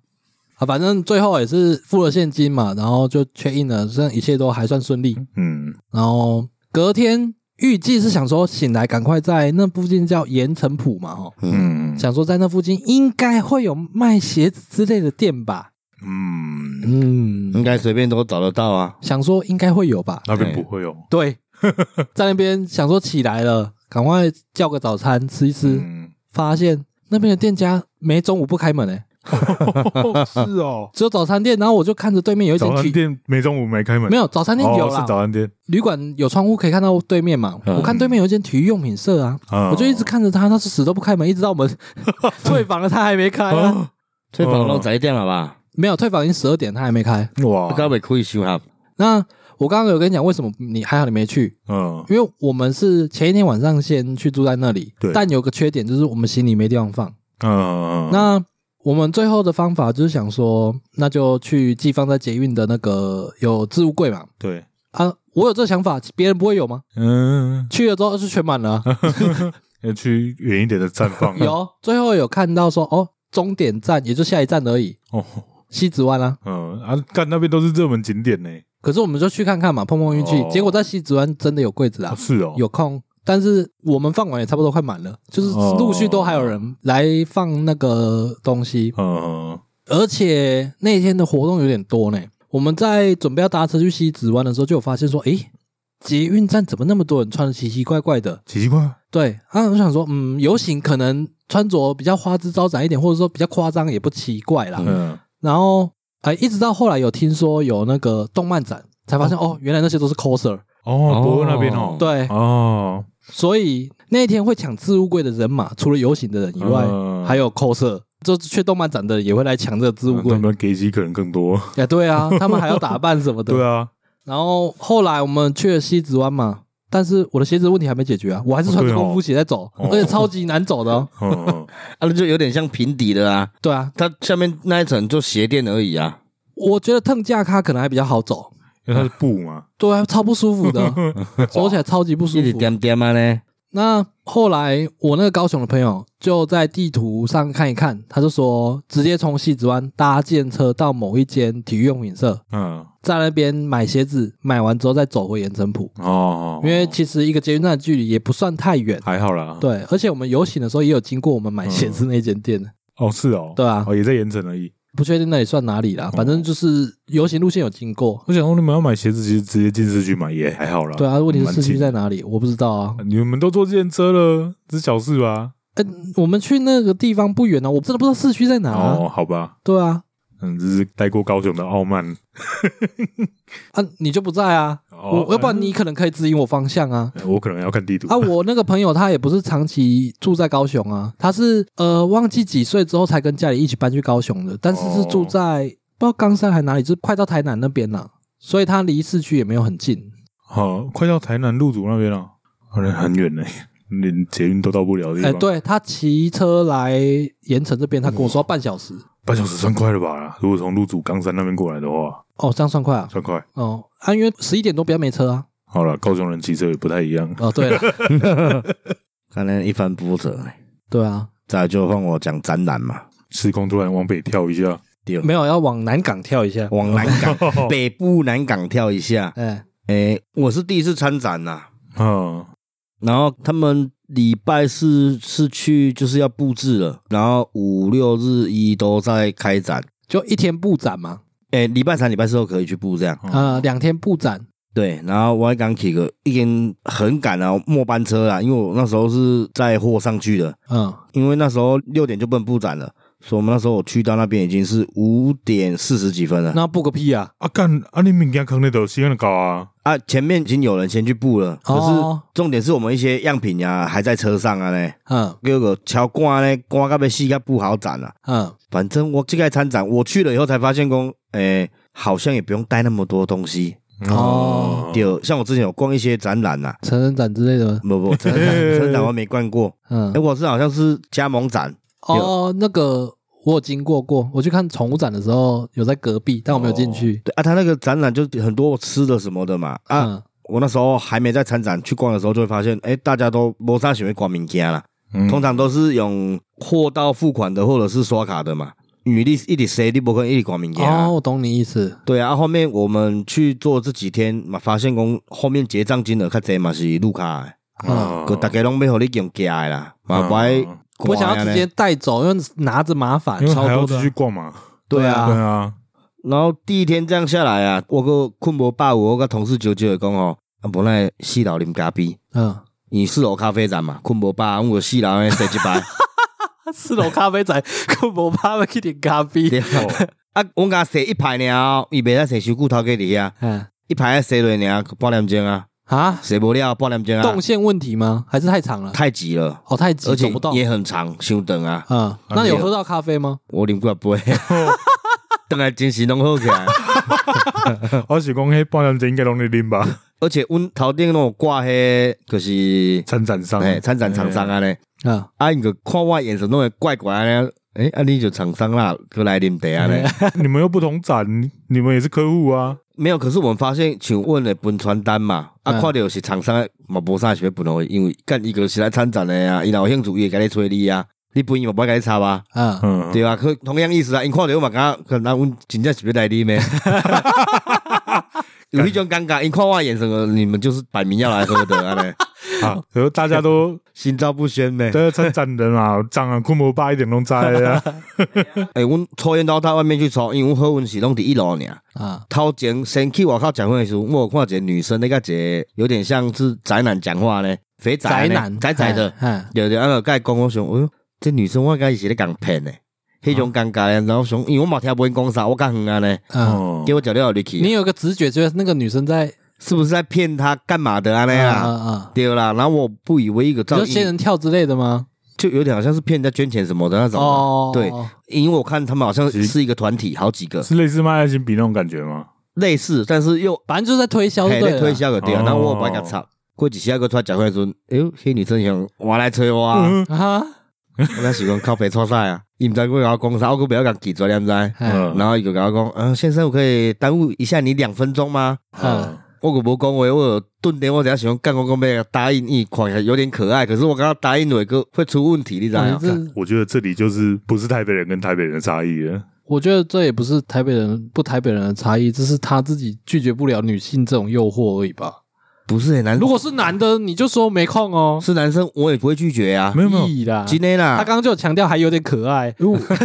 [SPEAKER 1] 啊，反正最后也是付了现金嘛，然后就 check in 了，这样一切都还算顺利。
[SPEAKER 3] 嗯，
[SPEAKER 1] 然后隔天预计是想说醒来赶快在那附近叫盐城埔嘛，哦，
[SPEAKER 3] 嗯
[SPEAKER 1] 想说在那附近应该会有卖鞋子之类的店吧，
[SPEAKER 3] 嗯，
[SPEAKER 1] 嗯，
[SPEAKER 2] 应该随便都找得到啊，
[SPEAKER 1] 想说应该会有吧，
[SPEAKER 3] 那边不会哦，
[SPEAKER 1] 对， 在那边想说起来了，赶快叫个早餐吃一吃，
[SPEAKER 3] 嗯，
[SPEAKER 1] 发现那边的店家没中午不开门诶、
[SPEAKER 3] 是哦，
[SPEAKER 1] 只有早餐店，然后我就看着对面有一间
[SPEAKER 3] 早餐
[SPEAKER 1] 曲，
[SPEAKER 3] 店没中午没开门，
[SPEAKER 1] 没有早餐店有
[SPEAKER 3] 哦，
[SPEAKER 1] 啦，
[SPEAKER 3] 是早餐店，
[SPEAKER 1] 旅馆有窗户可以看到对面嘛，
[SPEAKER 2] 嗯
[SPEAKER 1] 我看对面有一间体育用品社啊，
[SPEAKER 3] 嗯
[SPEAKER 1] 我就一直看着他，他是死都不开门，一直到我们 退房了，他还没开、啊。
[SPEAKER 3] 啊，
[SPEAKER 2] 退房拢十一点了吧，
[SPEAKER 1] 没有，退房已经十二点，他还没开。
[SPEAKER 2] 我
[SPEAKER 3] 哦哇，
[SPEAKER 2] 搞袂开收合，啊
[SPEAKER 1] 那我刚刚有跟你讲，为什么你还好你没去？
[SPEAKER 3] 嗯，
[SPEAKER 1] 因为我们是前一天晚上先去住在那里
[SPEAKER 3] 对，
[SPEAKER 1] 但有个缺点就是我们行李没地方放。
[SPEAKER 3] 嗯，
[SPEAKER 1] 那我们最后的方法就是想说，那就去寄放在捷运的那个有置物柜嘛。
[SPEAKER 3] 对，
[SPEAKER 1] 啊，我有这想法，别人不会有吗？
[SPEAKER 3] 嗯，
[SPEAKER 1] 去了之后就全满了啊、
[SPEAKER 3] 要去远一点的绽放，
[SPEAKER 1] 有，最后有看到说哦，终点站也就下一站而已，
[SPEAKER 3] 哦，
[SPEAKER 1] 西子湾啊。
[SPEAKER 3] 嗯啊，干那边都是热门景点呢，
[SPEAKER 1] 可是我们就去看看嘛，碰碰运气。
[SPEAKER 3] 哦
[SPEAKER 1] 结果在西子湾真的有柜子啊，
[SPEAKER 3] 啊是哦，
[SPEAKER 1] 有空。但是我们放完也差不多快满了，就是
[SPEAKER 3] 哦
[SPEAKER 1] 陆续都还有人来放那个东西，
[SPEAKER 3] 嗯，
[SPEAKER 1] 而且那天的活动有点多呢。我们在准备要搭车去西子湾的时候，就有发现说，诶，捷运站怎么那么多人穿的奇奇怪怪的？
[SPEAKER 3] 奇怪，
[SPEAKER 1] 对啊，我想说，嗯，游行可能穿着比较花枝招展一点，或者说比较夸张也不奇怪啦。
[SPEAKER 3] 嗯，
[SPEAKER 1] 然后哎，一直到后来有听说有那个动漫展，才发现哦原来那些都是 coser。
[SPEAKER 3] 哦，博文那边哦，
[SPEAKER 1] 对，
[SPEAKER 3] 哦，
[SPEAKER 1] 所以那一天会抢置物柜的人嘛，除了游行的人以外，
[SPEAKER 3] 嗯
[SPEAKER 1] 还有 coser，就去动漫展的人也会来抢这个置物
[SPEAKER 3] 嗯他
[SPEAKER 1] 柜。
[SPEAKER 3] 们给机可能更多，
[SPEAKER 1] 哎、对 啊，他们还要打扮什么的。
[SPEAKER 3] 对啊，
[SPEAKER 1] 然后后来我们去了西子湾嘛。但是我的鞋子问题还没解决啊，我还是穿着
[SPEAKER 3] 哦对哦
[SPEAKER 1] 功夫鞋在走，
[SPEAKER 3] 哦
[SPEAKER 1] 而且超级难走的、哦。
[SPEAKER 3] 嗯，
[SPEAKER 2] 啊那就有点像平底的啊，
[SPEAKER 1] 对啊，
[SPEAKER 2] 它下面那一层就鞋垫而已啊，
[SPEAKER 1] 我觉得腾架咖可能还比较好走，
[SPEAKER 3] 因为它是布嘛，
[SPEAKER 1] 对啊，超不舒服 的，走起来超级不舒
[SPEAKER 2] 一直
[SPEAKER 1] 服。
[SPEAKER 2] 点点啊呢，
[SPEAKER 1] 那后来我那个高雄的朋友就在地图上看一看，他就说直接从戏子湾搭电车到某一间体育用品社，
[SPEAKER 3] 嗯，
[SPEAKER 1] 在那边买鞋子，买完之后再走回盐城埔，
[SPEAKER 3] 哦，
[SPEAKER 1] 因为其实一个捷运站的距离也不算太远。
[SPEAKER 3] 还好啦，，
[SPEAKER 1] 对，而且我们游行的时候也有经过我们买鞋子那间店，
[SPEAKER 3] 哦，是哦，
[SPEAKER 1] 对啊
[SPEAKER 3] 哦，也在盐城而已。
[SPEAKER 1] 不确定那里算哪里
[SPEAKER 3] 哦
[SPEAKER 1] 啦，反正就是游行路线有经过。
[SPEAKER 3] 我想说，你们要买鞋子，其实直接进市区买也还好啦。
[SPEAKER 1] 对啊，问题是
[SPEAKER 3] 蛮
[SPEAKER 1] 市区
[SPEAKER 3] 近
[SPEAKER 1] 在
[SPEAKER 3] 的？
[SPEAKER 1] 哪里？我不知道啊。哎
[SPEAKER 3] 你们都坐自行车了，这是小事吧？
[SPEAKER 1] 我们去那个地方不远啊，我真的不知道市区在哪、啊。
[SPEAKER 3] 哦，好吧，
[SPEAKER 1] 对啊，
[SPEAKER 3] 嗯，这是带过高雄的傲慢。
[SPEAKER 1] 啊，你就不在啊。
[SPEAKER 3] 哦
[SPEAKER 1] 我要不然你可能可以指引我方向啊。
[SPEAKER 3] 呃我可能要看地图
[SPEAKER 1] 啊，我那个朋友他也不是长期住在高雄啊，他是呃忘记几岁之后才跟家里一起搬去高雄的，但是是住在、不知道冈山还哪里，就是快到台南那边啦、所以他离市区也没有很近。
[SPEAKER 3] 好，快到台南路竹那边了，可能很远呢，连捷运都到不了的地
[SPEAKER 1] 哎、
[SPEAKER 3] 方。，
[SPEAKER 1] 对他骑车来盐城这边，他跟我说要半小时。
[SPEAKER 3] 半小时算快了吧？如果从路竹冈山那边过来的话，
[SPEAKER 1] 哦，这样算快啊！
[SPEAKER 3] 算快。
[SPEAKER 1] 哦，啊，因为十一点多比较没车啊。
[SPEAKER 3] 好了，高雄人骑车也不太一样。
[SPEAKER 1] 哦，对了，
[SPEAKER 2] 看来一番波折、欸。
[SPEAKER 1] 对啊，
[SPEAKER 2] 再来就换我讲展览嘛，
[SPEAKER 3] 时空突然往北跳一下，
[SPEAKER 2] 对，
[SPEAKER 1] 没有要往南港跳一下。
[SPEAKER 2] 往南 港北部南港跳一下。
[SPEAKER 1] 哎、
[SPEAKER 2] 诶、我是第一次参展啊呐、
[SPEAKER 3] 嗯，
[SPEAKER 2] 然后他们礼拜四是去就是要布置了，然后五六日一都在开展。
[SPEAKER 1] 就一天布展嘛，
[SPEAKER 2] 诶、礼拜三、礼拜四都可以去布这样。
[SPEAKER 1] 呃，两天布展，
[SPEAKER 2] 对，然后我还刚起个一天很赶啊，末班车啊，因为我那时候是在货上去的，
[SPEAKER 1] 嗯，
[SPEAKER 2] 因为那时候六点就不能布展了，所以我们那时候我去到那边已经是五点四十几分了。
[SPEAKER 1] 那布个屁啊！
[SPEAKER 3] 啊干啊，你物件坑里头时间搞啊，
[SPEAKER 2] 啊，前面已经有人先去布了，可
[SPEAKER 1] 哦
[SPEAKER 2] 是重点是我们一些样品呀、还在车上啊嘞，
[SPEAKER 1] 嗯
[SPEAKER 2] 结果超赶嘞，赶到要死到不好展啊。
[SPEAKER 1] 嗯，
[SPEAKER 2] 反正我这个参展，我去了以后才发现公，诶、好像也不用带那么多东西。
[SPEAKER 3] 嗯
[SPEAKER 1] 哦
[SPEAKER 2] 第二，像我之前有逛一些展览呐、啊，
[SPEAKER 1] 成人展之类的吗，
[SPEAKER 2] 不不，展览展览我还没逛过，
[SPEAKER 1] 嗯
[SPEAKER 2] 哎、，我是好像是加盟展，
[SPEAKER 1] 哦，那个我有经过过，我去看宠物展的时候有在隔壁，但我没有进去。
[SPEAKER 2] 对啊，他那个展览就很多吃的什么的嘛，啊，
[SPEAKER 1] 嗯，
[SPEAKER 2] 我那时候还没在参展去逛的时候，就会发现，哎、大家都没啥喜欢逛物件啦，
[SPEAKER 3] 嗯
[SPEAKER 2] 通常都是用货到付款的或者是刷卡的嘛，因为你一直塞，你不可能一直逛物件啊。
[SPEAKER 1] 哦，我懂你意思。
[SPEAKER 2] 对啊，啊后面我们去做这几天嘛，发现讲后面结账金额较侪嘛是路卡的，
[SPEAKER 1] 哦
[SPEAKER 3] 啊
[SPEAKER 2] 个大家拢要互你用夹的啦，嘛不爱
[SPEAKER 3] 嗯
[SPEAKER 1] 我想要直接
[SPEAKER 2] 赶的呢
[SPEAKER 1] 带走，因为拿着麻烦
[SPEAKER 3] 因，为
[SPEAKER 1] 啊超
[SPEAKER 3] 还要
[SPEAKER 1] 多
[SPEAKER 3] 继
[SPEAKER 1] 的
[SPEAKER 3] 续。逛嘛，
[SPEAKER 2] 对
[SPEAKER 3] 对
[SPEAKER 2] 啊。
[SPEAKER 3] 啊，
[SPEAKER 2] 然后第一天这样下来啊，我个困无饱，我个同事九九讲吼，啊，本来四楼啉咖啡，
[SPEAKER 1] 嗯，
[SPEAKER 2] 你四楼咖啡站嘛，困无饱，我四楼诶坐一 排。
[SPEAKER 1] 四楼咖啡仔，根本怕要去点咖啡。
[SPEAKER 2] 对啊，我甲坐一排尔，哦伊袂使坐手骨头给你啊，
[SPEAKER 1] 嗯
[SPEAKER 2] 一排坐落尔半点钟啊，
[SPEAKER 1] 啊，
[SPEAKER 2] 坐不了半点钟啊
[SPEAKER 1] 动，线问题吗？还是太长了？
[SPEAKER 2] 太挤了，
[SPEAKER 1] 哦，太急
[SPEAKER 2] 而，且
[SPEAKER 1] 走不动。
[SPEAKER 2] 也很长，伤长啊。
[SPEAKER 1] 嗯，那
[SPEAKER 2] 没
[SPEAKER 1] 有
[SPEAKER 2] 有
[SPEAKER 1] 喝到咖啡吗？
[SPEAKER 2] 我啉过杯， 等来精神拢好起 来。
[SPEAKER 3] 而且啊讲迄半点钟应该拢在啉吧，
[SPEAKER 2] 而且阮头顶拢有挂迄，就是
[SPEAKER 3] 参展商，
[SPEAKER 2] 嘿参展厂商啊咧，
[SPEAKER 1] 嗯，
[SPEAKER 2] 啊伊就看我眼神拢会怪怪啊咧。诶，啊你就厂商啦，就来啉茶啊咧。
[SPEAKER 3] 你们又不同展，你们也是客户啊，
[SPEAKER 2] 没有，可是我们发现，请问的分传单嘛，啊，
[SPEAKER 1] 嗯
[SPEAKER 2] 看到是厂商嘛，无啥是要分哦，因为干伊个是来参展的啊，伊若有兴趣伊会甲你催你啊，你分伊嘛无甲你插啊，
[SPEAKER 1] 嗯，
[SPEAKER 3] 嗯，
[SPEAKER 2] 对啊，可同样意思啊，因看到我嘛感觉，可能阮真正是要来你咩？ 有一种尴尬，因看我的眼神，你们就是摆明要来喝的啊嘞，
[SPEAKER 3] 啊，然后大家都
[SPEAKER 2] 心照不宣咩？
[SPEAKER 3] 在参展人啊，长啊，困无饱一点拢知啊，
[SPEAKER 2] 诶、哎阮抽烟都到外面去抽，因为阮喝阮是拢伫一楼尔。
[SPEAKER 1] 啊，
[SPEAKER 2] 头前先去外口讲话的时候，我有看一个女生，那个一个有点像是宅男讲话呢，肥宅
[SPEAKER 1] 宅
[SPEAKER 2] 呢
[SPEAKER 1] 男，
[SPEAKER 2] 宅宅的，
[SPEAKER 1] 嗯，嗯
[SPEAKER 2] 对对，啊，就甲伊讲我想，哎呦，这女生我该是咧共骗呢，迄种尴尬呢，然后想，因为我嘛听不因讲啥，我较远啊呢，
[SPEAKER 1] 嗯，
[SPEAKER 3] 哦
[SPEAKER 2] 结，果食了后入去，
[SPEAKER 1] 你有个直觉，觉得那个女生在，
[SPEAKER 2] 是不是在骗她干嘛的安尼
[SPEAKER 1] 嗯
[SPEAKER 2] 啊？
[SPEAKER 1] 嗯嗯，
[SPEAKER 2] 对啦，然后我不以为一个
[SPEAKER 1] 你
[SPEAKER 2] 噪
[SPEAKER 1] 说仙
[SPEAKER 2] 音，
[SPEAKER 1] 人跳之类的吗？
[SPEAKER 2] 就有点好像是骗人家捐钱什么的那种啊，
[SPEAKER 1] 哦，
[SPEAKER 2] 对因为我看他们好像
[SPEAKER 3] 是
[SPEAKER 2] 是一个团体，好几个
[SPEAKER 3] 是类似卖爱心笔那种感觉吗？
[SPEAKER 2] 类似，但是又
[SPEAKER 1] 反正就是在推销，
[SPEAKER 2] 嘿，
[SPEAKER 1] 哦对
[SPEAKER 2] 在
[SPEAKER 1] 了
[SPEAKER 2] 推，销个对啊，
[SPEAKER 3] 哦
[SPEAKER 2] 然后我有把甲插。过几下个突然讲话说，哎呦，迄女生想我来催我啊，
[SPEAKER 3] 嗯
[SPEAKER 1] 啊，
[SPEAKER 2] 我那是讲靠北错晒啊，伊毋知我甲我讲啥，我阁不要甲拒绝，你知道吗？
[SPEAKER 1] 嗯
[SPEAKER 2] 然后伊就甲我讲，嗯、先生，我可以耽误一下你两分钟吗？
[SPEAKER 1] 嗯，
[SPEAKER 2] 我可无讲话，我有顿点，我只想干我讲要答应伊，看起来有点可爱，可是我刚刚答应了个会出问题，你知道
[SPEAKER 1] 反
[SPEAKER 2] 吗？
[SPEAKER 1] 正哎这
[SPEAKER 3] 我觉得这里就是不是台北人跟台北人的差异了，
[SPEAKER 1] 我觉得这也不是台北人不台北人的差异，这是他自己拒绝不了女性这种诱惑而已吧。
[SPEAKER 2] 不是很难，
[SPEAKER 1] 如果是男的，你就说没空哦，
[SPEAKER 2] 是男生，我也不会拒绝啊
[SPEAKER 3] 没，有没有，
[SPEAKER 1] 屁啦。
[SPEAKER 2] 今天啊
[SPEAKER 1] 他
[SPEAKER 2] 啦，
[SPEAKER 1] 刚刚就有强调还有点可爱，
[SPEAKER 3] 因为我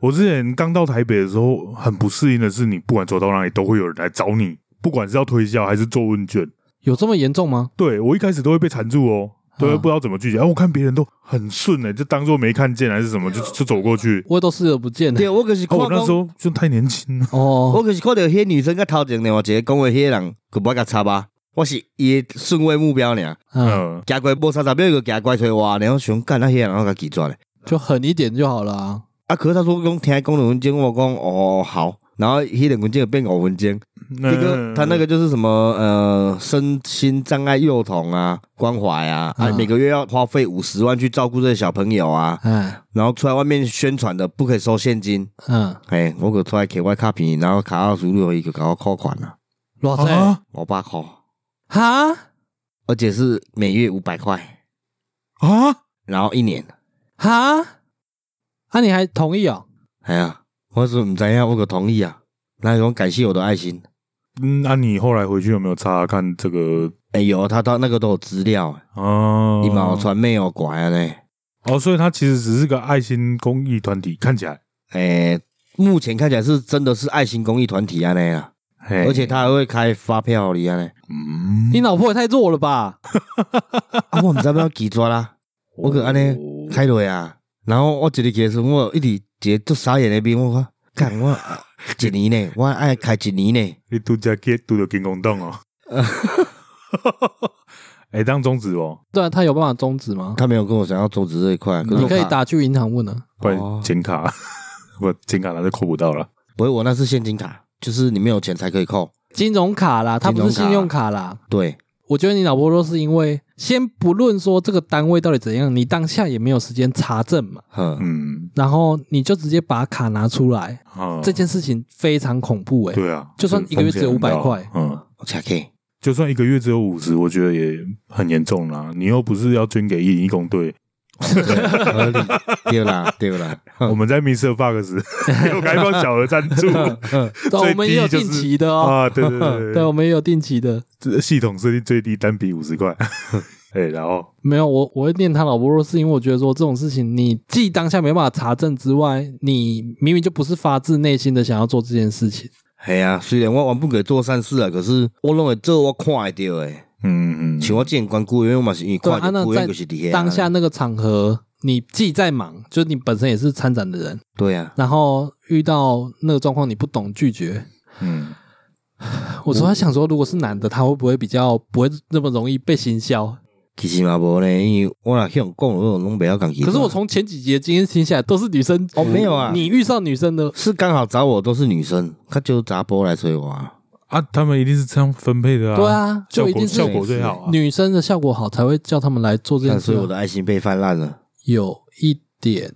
[SPEAKER 3] 我之前刚到台北的时候，很不适应的是，你不管走到哪里，都会有人来找你，不管是要推销还是做问卷。
[SPEAKER 1] 有这么严重吗？
[SPEAKER 3] 对我一开始都会被缠住哦，都会
[SPEAKER 1] 嗯
[SPEAKER 3] 不知道怎么拒绝。然后我看别人都很顺哎，就当做没看见还是什么，就就走过去。
[SPEAKER 1] 我也都视而不见的
[SPEAKER 2] 对，我可是
[SPEAKER 3] 哦，
[SPEAKER 2] 看
[SPEAKER 3] 我那时
[SPEAKER 2] 讲，
[SPEAKER 3] 候就太年轻了，
[SPEAKER 1] 哦
[SPEAKER 2] 我可是看到迄女生甲头前另外一个讲话迄个人，佮无甲插吧，我是伊的顺位目标尔，
[SPEAKER 1] 嗯，
[SPEAKER 3] 嗯，
[SPEAKER 2] 行过无三十秒就行过来推我，然后想干那迄个人我甲拒绝咧。
[SPEAKER 1] 就狠一点就好了啊。
[SPEAKER 2] 啊，可是他说讲听讲两分钟，我讲哦好，然后迄两分钟就变五分钟。
[SPEAKER 3] 那
[SPEAKER 2] 那
[SPEAKER 3] 嗯
[SPEAKER 2] 个他那个就是什么呃身心障碍幼童啊关怀啊，啊
[SPEAKER 1] 嗯
[SPEAKER 2] 每个月要花费五十万去照顾这些小朋友啊，
[SPEAKER 1] 哎，
[SPEAKER 2] 然后出来外面宣传的不可以收现金，
[SPEAKER 1] 嗯，
[SPEAKER 2] 哎，我可出来给外卡片，然后卡二十六一个搞扣款啊，
[SPEAKER 1] 老塞，
[SPEAKER 3] 啊
[SPEAKER 2] 五百块，
[SPEAKER 1] 哈
[SPEAKER 2] 而且是每月五百块，
[SPEAKER 3] 啊，
[SPEAKER 2] 然后一年，
[SPEAKER 1] 哈，啊，你还同意哦？
[SPEAKER 2] 哎呀，我是唔知影，我可同意啊，那种感谢我的爱心，
[SPEAKER 3] 嗯，那你后来回去有没有查看这个
[SPEAKER 2] 哎有他到那个都有资料。
[SPEAKER 3] 啊？
[SPEAKER 2] 伊嘛有传媒有怪安尼。
[SPEAKER 3] 哦，所以他其实只是个爱心公益团体，看起来，
[SPEAKER 2] 诶、哎目前看起来是真的是爱心公益团体安尼啊，
[SPEAKER 3] 嘿
[SPEAKER 2] 而且他还会开发票哩 安尼。
[SPEAKER 3] 嗯
[SPEAKER 1] 你老婆也太弱了吧？
[SPEAKER 2] 啊，
[SPEAKER 3] 哦
[SPEAKER 2] 哦我毋知道要几抓啦，我可安尼开落啊。然后我一日去的时候，我一直一个做傻眼的兵，我看，干 我一年呢，我爱开一年呢，
[SPEAKER 3] 你度假给度的金公洞哦。 哎，当中指哦，
[SPEAKER 1] 对啊，他有办法终止吗？
[SPEAKER 2] 他没有跟我想要终止这一块，嗯可是
[SPEAKER 1] 你
[SPEAKER 2] 我
[SPEAKER 1] 可以
[SPEAKER 2] 怕，
[SPEAKER 1] 打去银行问啊。
[SPEAKER 3] 不
[SPEAKER 2] 哦
[SPEAKER 3] 然剪卡， 不剪卡拿就扣不到了。
[SPEAKER 2] 不是我那是现金卡，就是你没有钱才可以扣，
[SPEAKER 1] 金融卡啦，它不是
[SPEAKER 2] 金融卡
[SPEAKER 1] 信用卡啦。
[SPEAKER 2] 对，
[SPEAKER 1] 我觉得你老婆说是因为，先不论说这个单位到底怎样，你当下也没有时间查证嘛，
[SPEAKER 2] 哼，
[SPEAKER 3] 嗯，
[SPEAKER 1] 然后你就直接把卡拿出来，
[SPEAKER 3] 啊，
[SPEAKER 1] 这件事情非常恐怖欸诶、
[SPEAKER 3] 对啊，
[SPEAKER 1] 就算一个月只有
[SPEAKER 3] 风险很大
[SPEAKER 1] 500块
[SPEAKER 3] 嗯，
[SPEAKER 2] 我才可以，
[SPEAKER 3] 就算一个月只有五十，我觉得也很严重啦。你又不是要捐给一零一工队，
[SPEAKER 2] 合 理，对啦，对啦，
[SPEAKER 3] 我们在 Mr. Fox 有开放小额赞助
[SPEAKER 1] 对，我们也有
[SPEAKER 3] 最
[SPEAKER 1] 定
[SPEAKER 3] 低就是
[SPEAKER 1] 期的哦，
[SPEAKER 3] 啊，对对对
[SPEAKER 1] 对，我们也有定期的。
[SPEAKER 3] 这系统设定最低单笔五十 块。哎，然后
[SPEAKER 1] 没有，我我会念他老婆说，是因为我觉得说这种事情，你既当下没办法查证之外，你明明就不是发自内心的想要做这件事情。
[SPEAKER 2] 系啊，虽然我原本会做善事啊，可是我拢会做我看会到诶。
[SPEAKER 3] 嗯嗯，
[SPEAKER 2] 像我见关顾员，我嘛是因为
[SPEAKER 1] 对
[SPEAKER 2] 看
[SPEAKER 1] 啊那
[SPEAKER 2] 到顾员
[SPEAKER 1] 在
[SPEAKER 2] 就是啊伫遐
[SPEAKER 1] 当下那个场合，你既在忙，就是你本身也是参展的人，
[SPEAKER 2] 对啊，
[SPEAKER 1] 然后遇到那个状况，你不懂拒绝。
[SPEAKER 3] 嗯，
[SPEAKER 1] 我昨天想说，如果是男的，他会不会比较不会那么容易被行销？
[SPEAKER 2] 其实嘛无呢，因为我若向讲，我拢袂晓讲。
[SPEAKER 1] 可是我从前几集的经验听下来，都是女生
[SPEAKER 2] 哦没有啊
[SPEAKER 1] 你遇上女生的，
[SPEAKER 2] 是刚好找我都是女生，他就查波来催我啊。
[SPEAKER 3] 啊，他们一定是这样分配的啊，
[SPEAKER 1] 对啊，
[SPEAKER 3] 效
[SPEAKER 1] 就一
[SPEAKER 3] 果
[SPEAKER 1] 定是
[SPEAKER 3] 效果最好啊。
[SPEAKER 1] 女生的效果好才会叫他们来做这件
[SPEAKER 2] 但
[SPEAKER 1] 事
[SPEAKER 2] 所以
[SPEAKER 1] 啊、
[SPEAKER 2] 我的爱心被泛滥了，
[SPEAKER 1] 有一点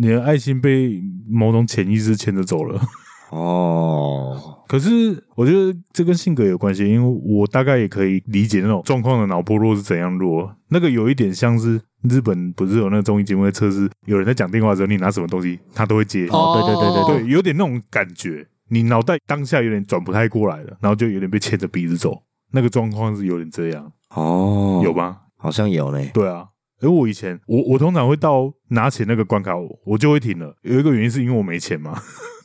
[SPEAKER 3] 你的爱心被某种潜意识牵着走了。啊
[SPEAKER 2] 哦，
[SPEAKER 3] 可是我觉得这跟性格有关系，因为我大概也可以理解那种状况的脑波弱是怎样弱。那个有一点像是日本不是有那个综艺节目在测试，有人在讲电话的时候，你拿什么东西他都会接，
[SPEAKER 2] 哦对对对
[SPEAKER 3] 对，有点那种感觉。你脑袋当下有点转不太过来了，然后就有点被牵着鼻子走，那个状况是有点这样，
[SPEAKER 2] 哦，
[SPEAKER 3] 有？吗？
[SPEAKER 2] 好像有呢。
[SPEAKER 3] 对啊，而我以前我我通常会到拿钱那个关卡，我我就会停了。有一个原因是因为我没钱嘛，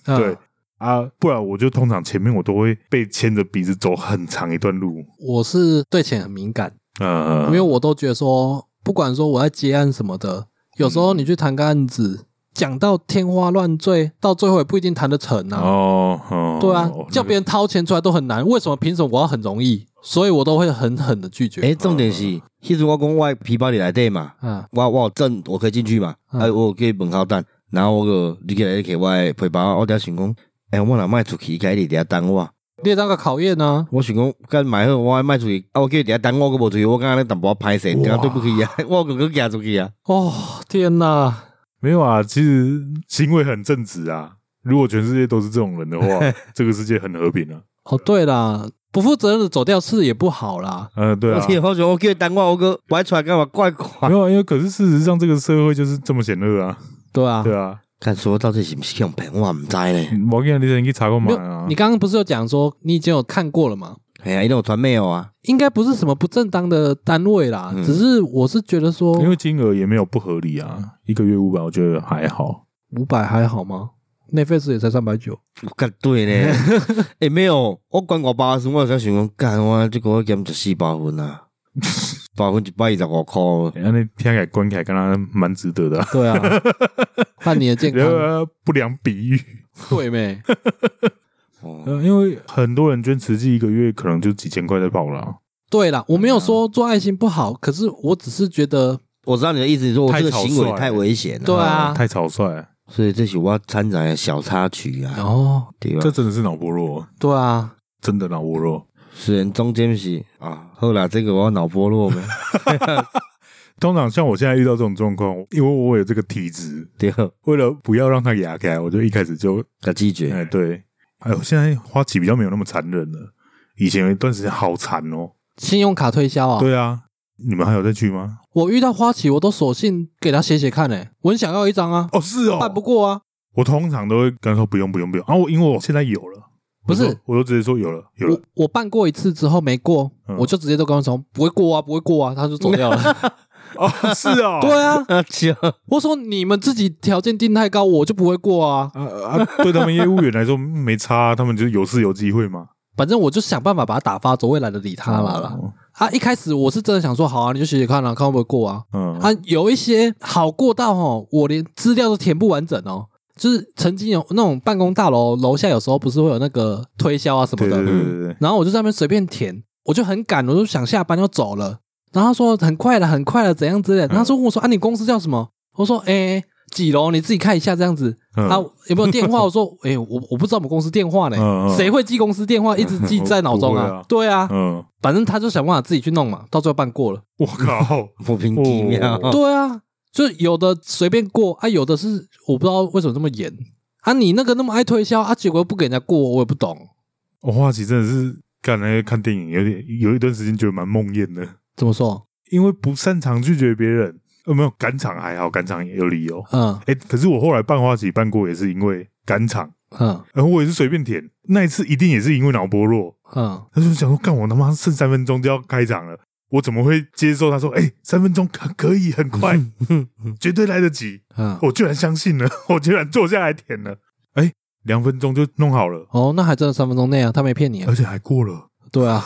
[SPEAKER 1] 对
[SPEAKER 3] 对啊，不然我就通常前面我都会被牵着鼻子走很长一段路。
[SPEAKER 1] 我是对钱很敏感，
[SPEAKER 3] 嗯，
[SPEAKER 1] 因为我都觉得说，不管说我在接案什么的，有时候
[SPEAKER 3] 嗯
[SPEAKER 1] 你去谈个案子，讲到天花乱坠，到最后也不一定谈得成啊。
[SPEAKER 3] 哦哦，
[SPEAKER 1] 对啊
[SPEAKER 3] 哦，
[SPEAKER 1] 叫别人掏钱出来都很难，为什么凭什么我要很容易？所以我都会狠狠的拒绝。
[SPEAKER 2] 诶，重点是，迄阵我讲我的皮包里内底嘛，
[SPEAKER 1] 啊，
[SPEAKER 2] 我我有证我可以进去嘛，
[SPEAKER 1] 嗯
[SPEAKER 2] 啊，我有给门口等，然后我个你过来你给我的皮包，我伫想讲，诶，我若卖出去，该你伫遐等我。
[SPEAKER 1] 列当个考验呢、
[SPEAKER 2] 我想讲，干买好，我要卖出去，啊，我叫伊伫遐等我，我无出去，我刚刚咧淡薄仔歹势，
[SPEAKER 3] 哇
[SPEAKER 2] 对不起啊， 我个个行出去啊，
[SPEAKER 1] 哦，天哪！
[SPEAKER 3] 没有啊，其实行为很正直啊。如果全世界都是这种 人的话，这个世界很和平啊。
[SPEAKER 1] 哦，对啦，不负责任的走掉是也不好啦。
[SPEAKER 3] 嗯、对
[SPEAKER 2] 我
[SPEAKER 3] 啊，
[SPEAKER 2] 听好想，我叫伊等我，我个摆出来干嘛怪怪
[SPEAKER 3] 没？有啊，因为可是事实上这个社会就是这么险恶啊。
[SPEAKER 1] 对啊，
[SPEAKER 3] 对啊，
[SPEAKER 2] 看说到底是不是用骗，我毋知呢。
[SPEAKER 3] 我跟你讲，你去查过
[SPEAKER 1] 没
[SPEAKER 3] 嘛
[SPEAKER 1] 有
[SPEAKER 3] 啊？
[SPEAKER 1] 你刚刚不是有讲说你已经有看过了吗？
[SPEAKER 2] 哎呀，伊有传 mail 啊，
[SPEAKER 1] 应该不是什么不正当的单位啦，
[SPEAKER 2] 嗯
[SPEAKER 1] 只是我是觉得说，
[SPEAKER 3] 因为金额也没有不合理
[SPEAKER 1] 嗯
[SPEAKER 3] 啊，一个月五百，我觉得还好。
[SPEAKER 1] 五百还好吗？内费是也才三百九，
[SPEAKER 2] 我干对 呢。哎，没有，我管我爸时，我才想讲，干我这个减十四八分 啊，八分一百二十五箍。
[SPEAKER 3] 那、欸、听起来关起来，跟他蛮值得的、啊。
[SPEAKER 1] 对啊， 看你的健
[SPEAKER 3] 然
[SPEAKER 1] 康，
[SPEAKER 3] 后不良比喻，
[SPEAKER 1] 对没？
[SPEAKER 2] 哦，
[SPEAKER 3] 呃，因为很多人捐慈济一个月可能就几千块在跑了啊、
[SPEAKER 1] 对啊啦，我没有说做爱心不好，可是我只是觉得，
[SPEAKER 2] 我知道你的意思，你说我这个
[SPEAKER 3] 太草率
[SPEAKER 2] 行为
[SPEAKER 3] 了
[SPEAKER 2] 太危险了，
[SPEAKER 1] 对啊
[SPEAKER 3] 太草率，
[SPEAKER 2] 所以这是我参展的小插曲啊，
[SPEAKER 1] 哦，
[SPEAKER 2] 对吧
[SPEAKER 3] 这？真的是脑波弱，
[SPEAKER 1] 对啊，
[SPEAKER 3] 真的脑波弱。
[SPEAKER 2] 虽然中间是啊，后来这个我要脑波落 没
[SPEAKER 3] 通常像我现在遇到这种状况，因为我有这个体质，
[SPEAKER 2] 对，
[SPEAKER 3] 为了不要让它压开，我就一开始就
[SPEAKER 2] 给拒
[SPEAKER 3] 哎、
[SPEAKER 2] 绝。
[SPEAKER 3] 对，哎呦，现在花旗比较没有那么残忍了，以前有一段时间好残哦。
[SPEAKER 1] 信用卡推销啊，
[SPEAKER 3] 对啊，你们还有再去吗？
[SPEAKER 1] 我遇到花旗我都索性给他写写看诶、欸我很想要一张啊，
[SPEAKER 3] 哦，是哦，
[SPEAKER 1] 办不过啊，
[SPEAKER 3] 我通常都会跟他说不用不用不用，啊，我因为我现在有了，
[SPEAKER 1] 不是
[SPEAKER 3] 我都我都直接说有了有了
[SPEAKER 1] 我，我办过一次之后没过，
[SPEAKER 3] 嗯
[SPEAKER 1] 我就直接都跟他说不会过啊，不会过啊，他就走掉 了。
[SPEAKER 3] 哦，是哦，
[SPEAKER 1] 对啊，
[SPEAKER 2] 啊，就
[SPEAKER 1] 我说你们自己条件定太高，我就不会过啊。
[SPEAKER 3] 啊啊，对他们业务员来说嗯没差啊，他们就是有事有机会嘛。
[SPEAKER 1] 反正我就想办法把他打发走，我也懒得理他了啦。
[SPEAKER 3] 哦
[SPEAKER 1] 啊，一开始我是真的想说，好啊，你就写写看啦、看会不会过啊。
[SPEAKER 3] 嗯
[SPEAKER 1] 啊，有一些好过到哦，我连资料都填不完整哦，就是曾经有那种办公大楼楼下有时候不是会有那个推销啊什么
[SPEAKER 3] 对
[SPEAKER 1] 的，
[SPEAKER 3] 对对对对，
[SPEAKER 1] 然后我就在那边随便填，我就很赶，我就想下班就走了。然后他说很快了，很快了，怎样之类的。
[SPEAKER 3] 嗯
[SPEAKER 1] 然后他说问我说、啊，你公司叫什么？我说哎、几楼？你自己看一下这样子。
[SPEAKER 3] 嗯
[SPEAKER 1] 啊，有没有电话？我说哎、我我不知道我们公司电话呢，
[SPEAKER 3] 嗯嗯
[SPEAKER 1] 谁会记公司电话？一直记在脑 中啊？
[SPEAKER 3] 嗯
[SPEAKER 1] 对啊，
[SPEAKER 3] 嗯，
[SPEAKER 1] 反正他就想办法自己去弄嘛，到最后办过了。
[SPEAKER 3] 我靠，
[SPEAKER 2] 莫名其妙。
[SPEAKER 3] 哦
[SPEAKER 1] 对啊，就有的随便过啊，有的是我不知道为什么这么严啊。你那个那么爱推销啊，结果又不给人家过，我也不懂
[SPEAKER 3] 我花旗真的是干那个看电影有点有一段时间觉得蛮梦魇的，
[SPEAKER 1] 怎么说。
[SPEAKER 3] 因为不擅长拒绝别人，呃，没有赶场还好，赶场也有理由。
[SPEAKER 1] 嗯
[SPEAKER 3] 哎、可是我后来办花旗办过也是因为赶场，
[SPEAKER 1] 嗯
[SPEAKER 3] 然后我也是随便填，那一次一定也是因为脑波弱，
[SPEAKER 1] 嗯，
[SPEAKER 3] 他就想说，干我他妈剩三分钟就要开场了，我怎么会接受？他说，哎、三分钟可可以很快，绝对来得及。
[SPEAKER 1] 嗯，
[SPEAKER 3] 我居然相信了，我居然坐下来填了，哎、两分钟就弄好了，
[SPEAKER 1] 哦，那还真的三分钟内啊，他没骗你啊
[SPEAKER 3] 而。且还过了。
[SPEAKER 1] 对啊，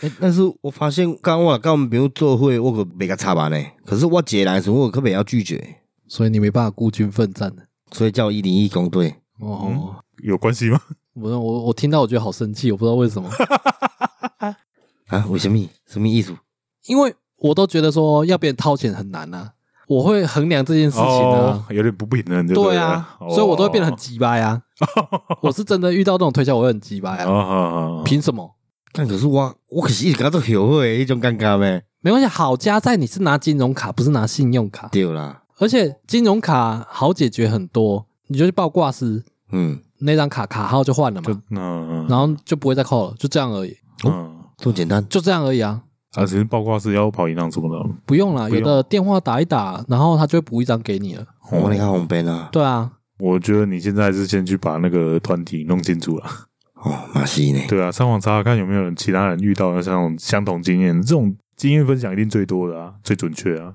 [SPEAKER 2] 欸但是我发现，刚我跟我们朋友做会，我可没个插班呢。可是我一个人的时候，我可不要拒绝，
[SPEAKER 1] 所以你没办法孤军奋战的。
[SPEAKER 2] 所以叫一零一公队。
[SPEAKER 1] 哦，
[SPEAKER 3] 有关系吗？
[SPEAKER 1] 我我我听到我觉得好生气，我不知道为什么，
[SPEAKER 2] 啊，为什么？什么意思？
[SPEAKER 1] 因为我都觉得说要别人掏钱很难啊，我会衡量这件事情啊
[SPEAKER 3] 哦。有点不哦平衡就
[SPEAKER 1] 对
[SPEAKER 3] 了
[SPEAKER 1] 啊，所以我都会变得很鸡掰 啊！我是真的遇到这种推销，我会很鸡掰
[SPEAKER 3] 哦
[SPEAKER 1] 啊！
[SPEAKER 3] 哦哦哦
[SPEAKER 1] 凭什么？
[SPEAKER 2] 但可是我，我可是一直感觉后悔的那种尴尬呗。
[SPEAKER 1] 没关系，好加在你是拿金融卡，不是拿信用卡，
[SPEAKER 2] 对啦，
[SPEAKER 1] 而且金融卡好解决很多，你就去报挂失，
[SPEAKER 2] 嗯，
[SPEAKER 1] 那张卡卡号就换了嘛，
[SPEAKER 3] 嗯嗯
[SPEAKER 1] 然后哦就不会再扣了，就这样而已，
[SPEAKER 3] 嗯，
[SPEAKER 2] 这么简单。
[SPEAKER 1] 就这样而已啊。
[SPEAKER 3] 啊，其实报挂是要跑银行什么的吗，
[SPEAKER 1] 不用啦，
[SPEAKER 3] 不
[SPEAKER 1] 有
[SPEAKER 3] 用
[SPEAKER 1] 的电话打一打，然后他就会补一张给你了。
[SPEAKER 2] 我那个红边啊，
[SPEAKER 1] 对啊，
[SPEAKER 3] 我觉得你现在还是先去把那个团体弄清楚了。
[SPEAKER 2] 哦，马西呢？
[SPEAKER 3] 对啊，上网查查看有没有人其他人遇到的像相同经验，这种经验分享一定最多的啊，最准确啊。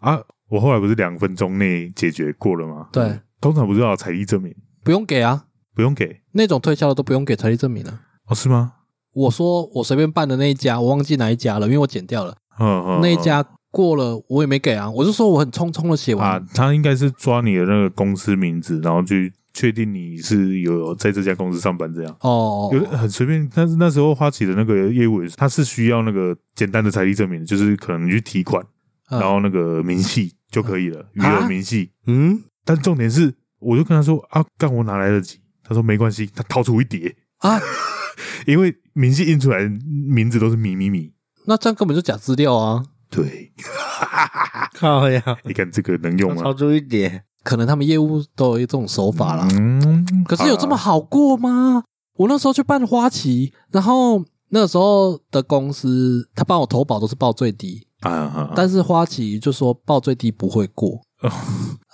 [SPEAKER 3] 啊，我后来不是两分钟内解决过了吗？
[SPEAKER 1] 对，
[SPEAKER 3] 通常不是要有财力证明，
[SPEAKER 1] 不用给啊，
[SPEAKER 3] 不用给
[SPEAKER 1] 那种推销的都不用给财力证明了。
[SPEAKER 3] 哦？是吗？
[SPEAKER 1] 我说我随便办的那一家，我忘记哪一家了，因为我剪掉了
[SPEAKER 3] 嗯嗯，
[SPEAKER 1] 那一家过了，我也没给啊。我就说我很匆匆的写
[SPEAKER 3] 嗯啊
[SPEAKER 1] 完，，
[SPEAKER 3] 他应该是抓你的那个公司名字，然后去确定你是有在这家公司上班这样。
[SPEAKER 1] 哦，
[SPEAKER 3] 有很随便，但是那时候花旗的那个业务也是，它是需要那个简单的财力证明，就是可能你去提款，
[SPEAKER 1] 嗯
[SPEAKER 3] 然后那个明细就可以了，余
[SPEAKER 1] 啊
[SPEAKER 3] 额明细。
[SPEAKER 2] 嗯，
[SPEAKER 3] 但重点是，我就跟他说啊，干我哪来得及？他说没关系，他掏出一叠，
[SPEAKER 1] 啊，
[SPEAKER 3] 因为明细印出来名字都是米米米。
[SPEAKER 1] 那这样根本就假资料啊。
[SPEAKER 3] 对，
[SPEAKER 2] 靠呀，
[SPEAKER 3] 你看这个能用
[SPEAKER 2] 超
[SPEAKER 3] 吗？
[SPEAKER 2] 出一点。
[SPEAKER 1] 可能他们业务都有这种手法啦。
[SPEAKER 3] 嗯，
[SPEAKER 1] 可是有这么
[SPEAKER 3] 好
[SPEAKER 1] 好过吗？我那时候去办花旗，然后那时候的公司他帮我投保都是报最低，
[SPEAKER 3] 啊啊？哦啊
[SPEAKER 1] 但是花旗就说报最低不会过。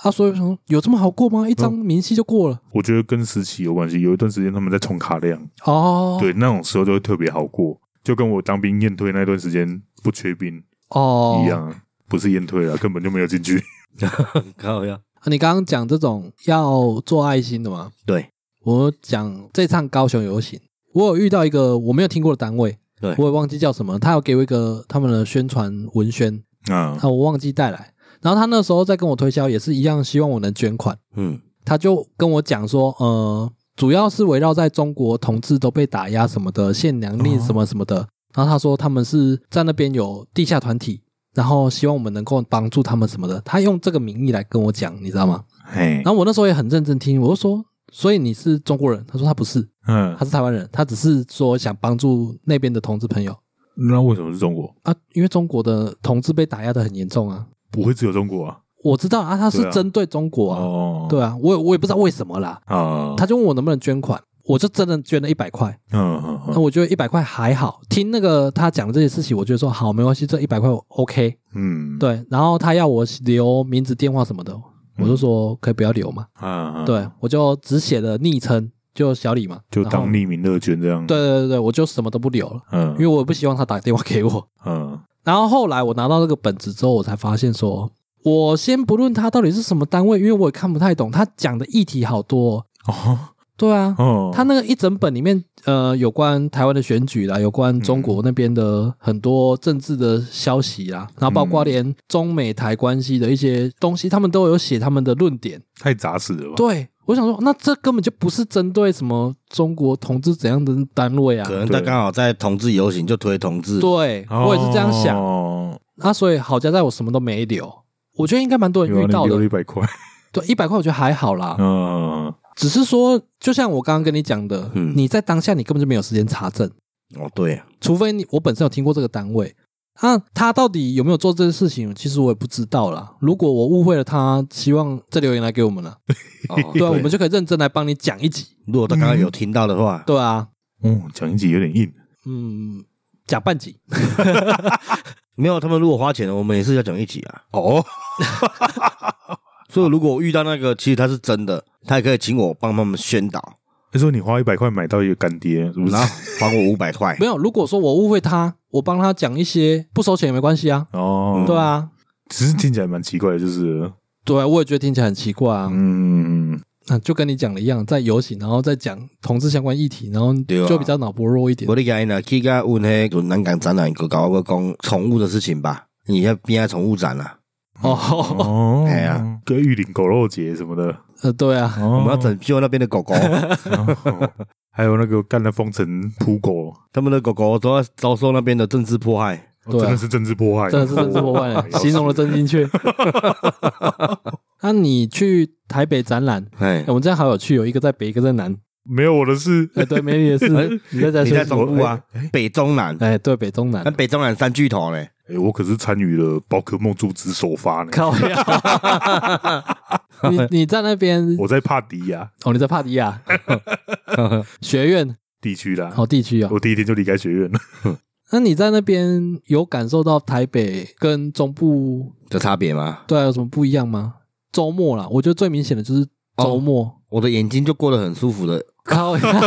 [SPEAKER 1] 啊，所以我想说有这么好过吗？一张
[SPEAKER 3] 嗯
[SPEAKER 1] 明细就过了
[SPEAKER 3] 我觉得跟时期有关系，有一段时间他们在冲卡量，
[SPEAKER 1] 哦。
[SPEAKER 3] 对，那种时候就会特别好过，就跟我当兵验退那段时间不缺兵。
[SPEAKER 1] 哦，
[SPEAKER 3] 一。样，不是验退了，根本就没有进去。
[SPEAKER 2] 靠呀，
[SPEAKER 1] 啊你刚刚讲这种要做爱心的嘛？
[SPEAKER 2] 对，
[SPEAKER 1] 我讲这趟高雄游行，我有遇到一个我没有听过的单位，
[SPEAKER 2] 对
[SPEAKER 1] 我也忘记叫什么，他有给我一个他们的宣传文宣，
[SPEAKER 3] 啊
[SPEAKER 1] 啊，我忘记带来。然后他那时候在跟我推销，也是一样，希望我能捐款。
[SPEAKER 2] 嗯，
[SPEAKER 1] 他就跟我讲说，呃，主要是围绕在中国同志都被打压什么的，限娘令什么什么的。然后他说他们是在那边有地下团体，然后希望我们能够帮助他们什么的。他用这个名义来跟我讲，你知道吗？
[SPEAKER 3] 嘿
[SPEAKER 1] 然，后我那时候也很认真听，我就说，所以你是中国人？他说他不是，
[SPEAKER 3] 嗯
[SPEAKER 1] 他，是台湾人，他只是说想帮助那边的同志朋友
[SPEAKER 3] 那为什么是中国？
[SPEAKER 1] 啊，因为中国的同志被打压的很严重啊。
[SPEAKER 3] 不会只有中国啊？
[SPEAKER 1] 我知道啊，他
[SPEAKER 3] 对
[SPEAKER 1] 是
[SPEAKER 3] 啊
[SPEAKER 1] 针对中国啊，
[SPEAKER 3] 哦，
[SPEAKER 1] 对啊，我也我也不知道为什么啦，
[SPEAKER 3] 啊，
[SPEAKER 1] 他就问我能不能捐款，我就真的捐了一百块。
[SPEAKER 3] 嗯嗯
[SPEAKER 1] 那
[SPEAKER 3] 嗯
[SPEAKER 1] 我觉得一百块还好，听那个他讲这些事情，我觉得说好没关系，这一百块我 OK。
[SPEAKER 3] 嗯，
[SPEAKER 1] 对，然后他要我留名字、电话什么的，我就说可以不要留嘛。
[SPEAKER 3] 啊，啊，
[SPEAKER 1] 对，我就只写了昵称，就小李嘛，
[SPEAKER 3] 就
[SPEAKER 1] 然后
[SPEAKER 3] 当匿名乐捐这样。
[SPEAKER 1] 对，对对对，我就什么都不留了，
[SPEAKER 3] 嗯
[SPEAKER 1] 因为我也不希望他打电话给我。
[SPEAKER 3] 嗯
[SPEAKER 1] 然后后来我拿到这个本子之后，我才发现说，我先不论他到底是什么单位，因为我也看不太懂，他讲的议题好多哦、
[SPEAKER 3] 哦，
[SPEAKER 1] 对啊，
[SPEAKER 3] 哦，
[SPEAKER 1] 他那个一整本里面，呃，有关台湾的选举啊啦，有关中国那边的很多政治的消息啦，然后包括连中美台关系的一些东西，他们都有写他们的论点。
[SPEAKER 3] 太杂实了吧？
[SPEAKER 1] 对，我想说，那这根本就不是针对什么中国统治怎样的单位啊
[SPEAKER 2] 可。能他
[SPEAKER 3] 对
[SPEAKER 2] 刚好在同志游行就推同志，
[SPEAKER 1] 对，我也是这样想。
[SPEAKER 3] 哦，
[SPEAKER 1] 那、所以好家在我什么都没留，我觉得应该蛮多人
[SPEAKER 3] 有啊
[SPEAKER 1] 遇到
[SPEAKER 3] 你留
[SPEAKER 1] 的。
[SPEAKER 3] 了
[SPEAKER 1] 啊
[SPEAKER 3] 一百块，
[SPEAKER 1] 对，一百块我觉得还好啦，
[SPEAKER 3] 嗯，
[SPEAKER 1] 只是说，就像我刚刚跟你讲的，
[SPEAKER 2] 嗯
[SPEAKER 1] 你在当下你根本就没有时间查证。
[SPEAKER 2] 哦对啊，
[SPEAKER 1] 除非你我本身有听过这个单位，那、他到底有没有做这件事情，其实我也不知道啦。如果我误会了他，希望再留言来给我们了，
[SPEAKER 2] 哦
[SPEAKER 1] 对啊，我们就可以认真来帮你讲一集，
[SPEAKER 2] 如果他刚刚有听到的话，
[SPEAKER 1] 对啊，
[SPEAKER 3] 哦，讲一集有点硬，
[SPEAKER 1] 嗯，讲半集，
[SPEAKER 2] 没有他们如果花钱了，我们也是要讲一起啊。
[SPEAKER 3] 哦，
[SPEAKER 2] 所以如果我遇到那个，其实他是真的，他也可以请我帮他们宣导，
[SPEAKER 3] 他说你花一百块买到一个干爹，是不是
[SPEAKER 1] 啊
[SPEAKER 2] 然？后还我五 百块
[SPEAKER 1] 没。有。如果说我误会他，我帮他讲一些不收钱也没关系啊，
[SPEAKER 3] 哦，
[SPEAKER 1] 对，啊，
[SPEAKER 3] 只是听起来蛮奇怪的，就是了，
[SPEAKER 1] 对啊，我也觉得听起来很奇怪啊。
[SPEAKER 3] 嗯，
[SPEAKER 1] 那、就跟你讲的一样，在游行，然后再讲同志相关议题，然后
[SPEAKER 2] 对啊
[SPEAKER 1] 就比较脑波弱一点
[SPEAKER 2] 我。你讲呢，去甲问迄个南港展览，佮搞我讲宠物的事情吧。你要边啊宠物展啊，
[SPEAKER 1] 哦，
[SPEAKER 3] 哦，
[SPEAKER 2] 哎呀，
[SPEAKER 3] 跟玉林狗肉节什么的，
[SPEAKER 1] 呃，对啊，
[SPEAKER 3] 我
[SPEAKER 2] 我们要 拯救那边的狗狗，
[SPEAKER 1] 哦
[SPEAKER 3] 还有那个干了封城扑狗，
[SPEAKER 2] 他们的狗狗都要遭受那边的政治迫害。
[SPEAKER 3] 哦
[SPEAKER 1] 对啊
[SPEAKER 3] 真的是政治迫害，
[SPEAKER 1] 真的是政治破坏 了，形容的真精确。那你去台北展览，
[SPEAKER 2] 哎
[SPEAKER 1] 哎，我们这样好有趣哦，有一个在北，一个在南。
[SPEAKER 3] 没有我的事，
[SPEAKER 1] 哎，对，美女也是
[SPEAKER 2] 哎，
[SPEAKER 1] 你在在
[SPEAKER 2] 你在中部啊，北中南，
[SPEAKER 1] 哎，对，北中南
[SPEAKER 2] 那。北中南三巨头嘞，
[SPEAKER 3] 哎，我可是参与了宝可梦珠子首发呢，
[SPEAKER 1] 靠呀！ 你你在那边
[SPEAKER 3] 我在帕迪亚
[SPEAKER 1] 哦，你在帕迪 亚学院
[SPEAKER 3] 地区啦，
[SPEAKER 1] 哦地区哦。
[SPEAKER 3] 我第一天就离开学院了，
[SPEAKER 1] 那你在那边有感受到台北跟中部
[SPEAKER 2] 的差别吗？
[SPEAKER 1] 对啊有什么不一样吗？周末啦，我觉得最明显的就是周末。
[SPEAKER 2] 我的眼睛就过得很舒服的
[SPEAKER 1] 靠呀！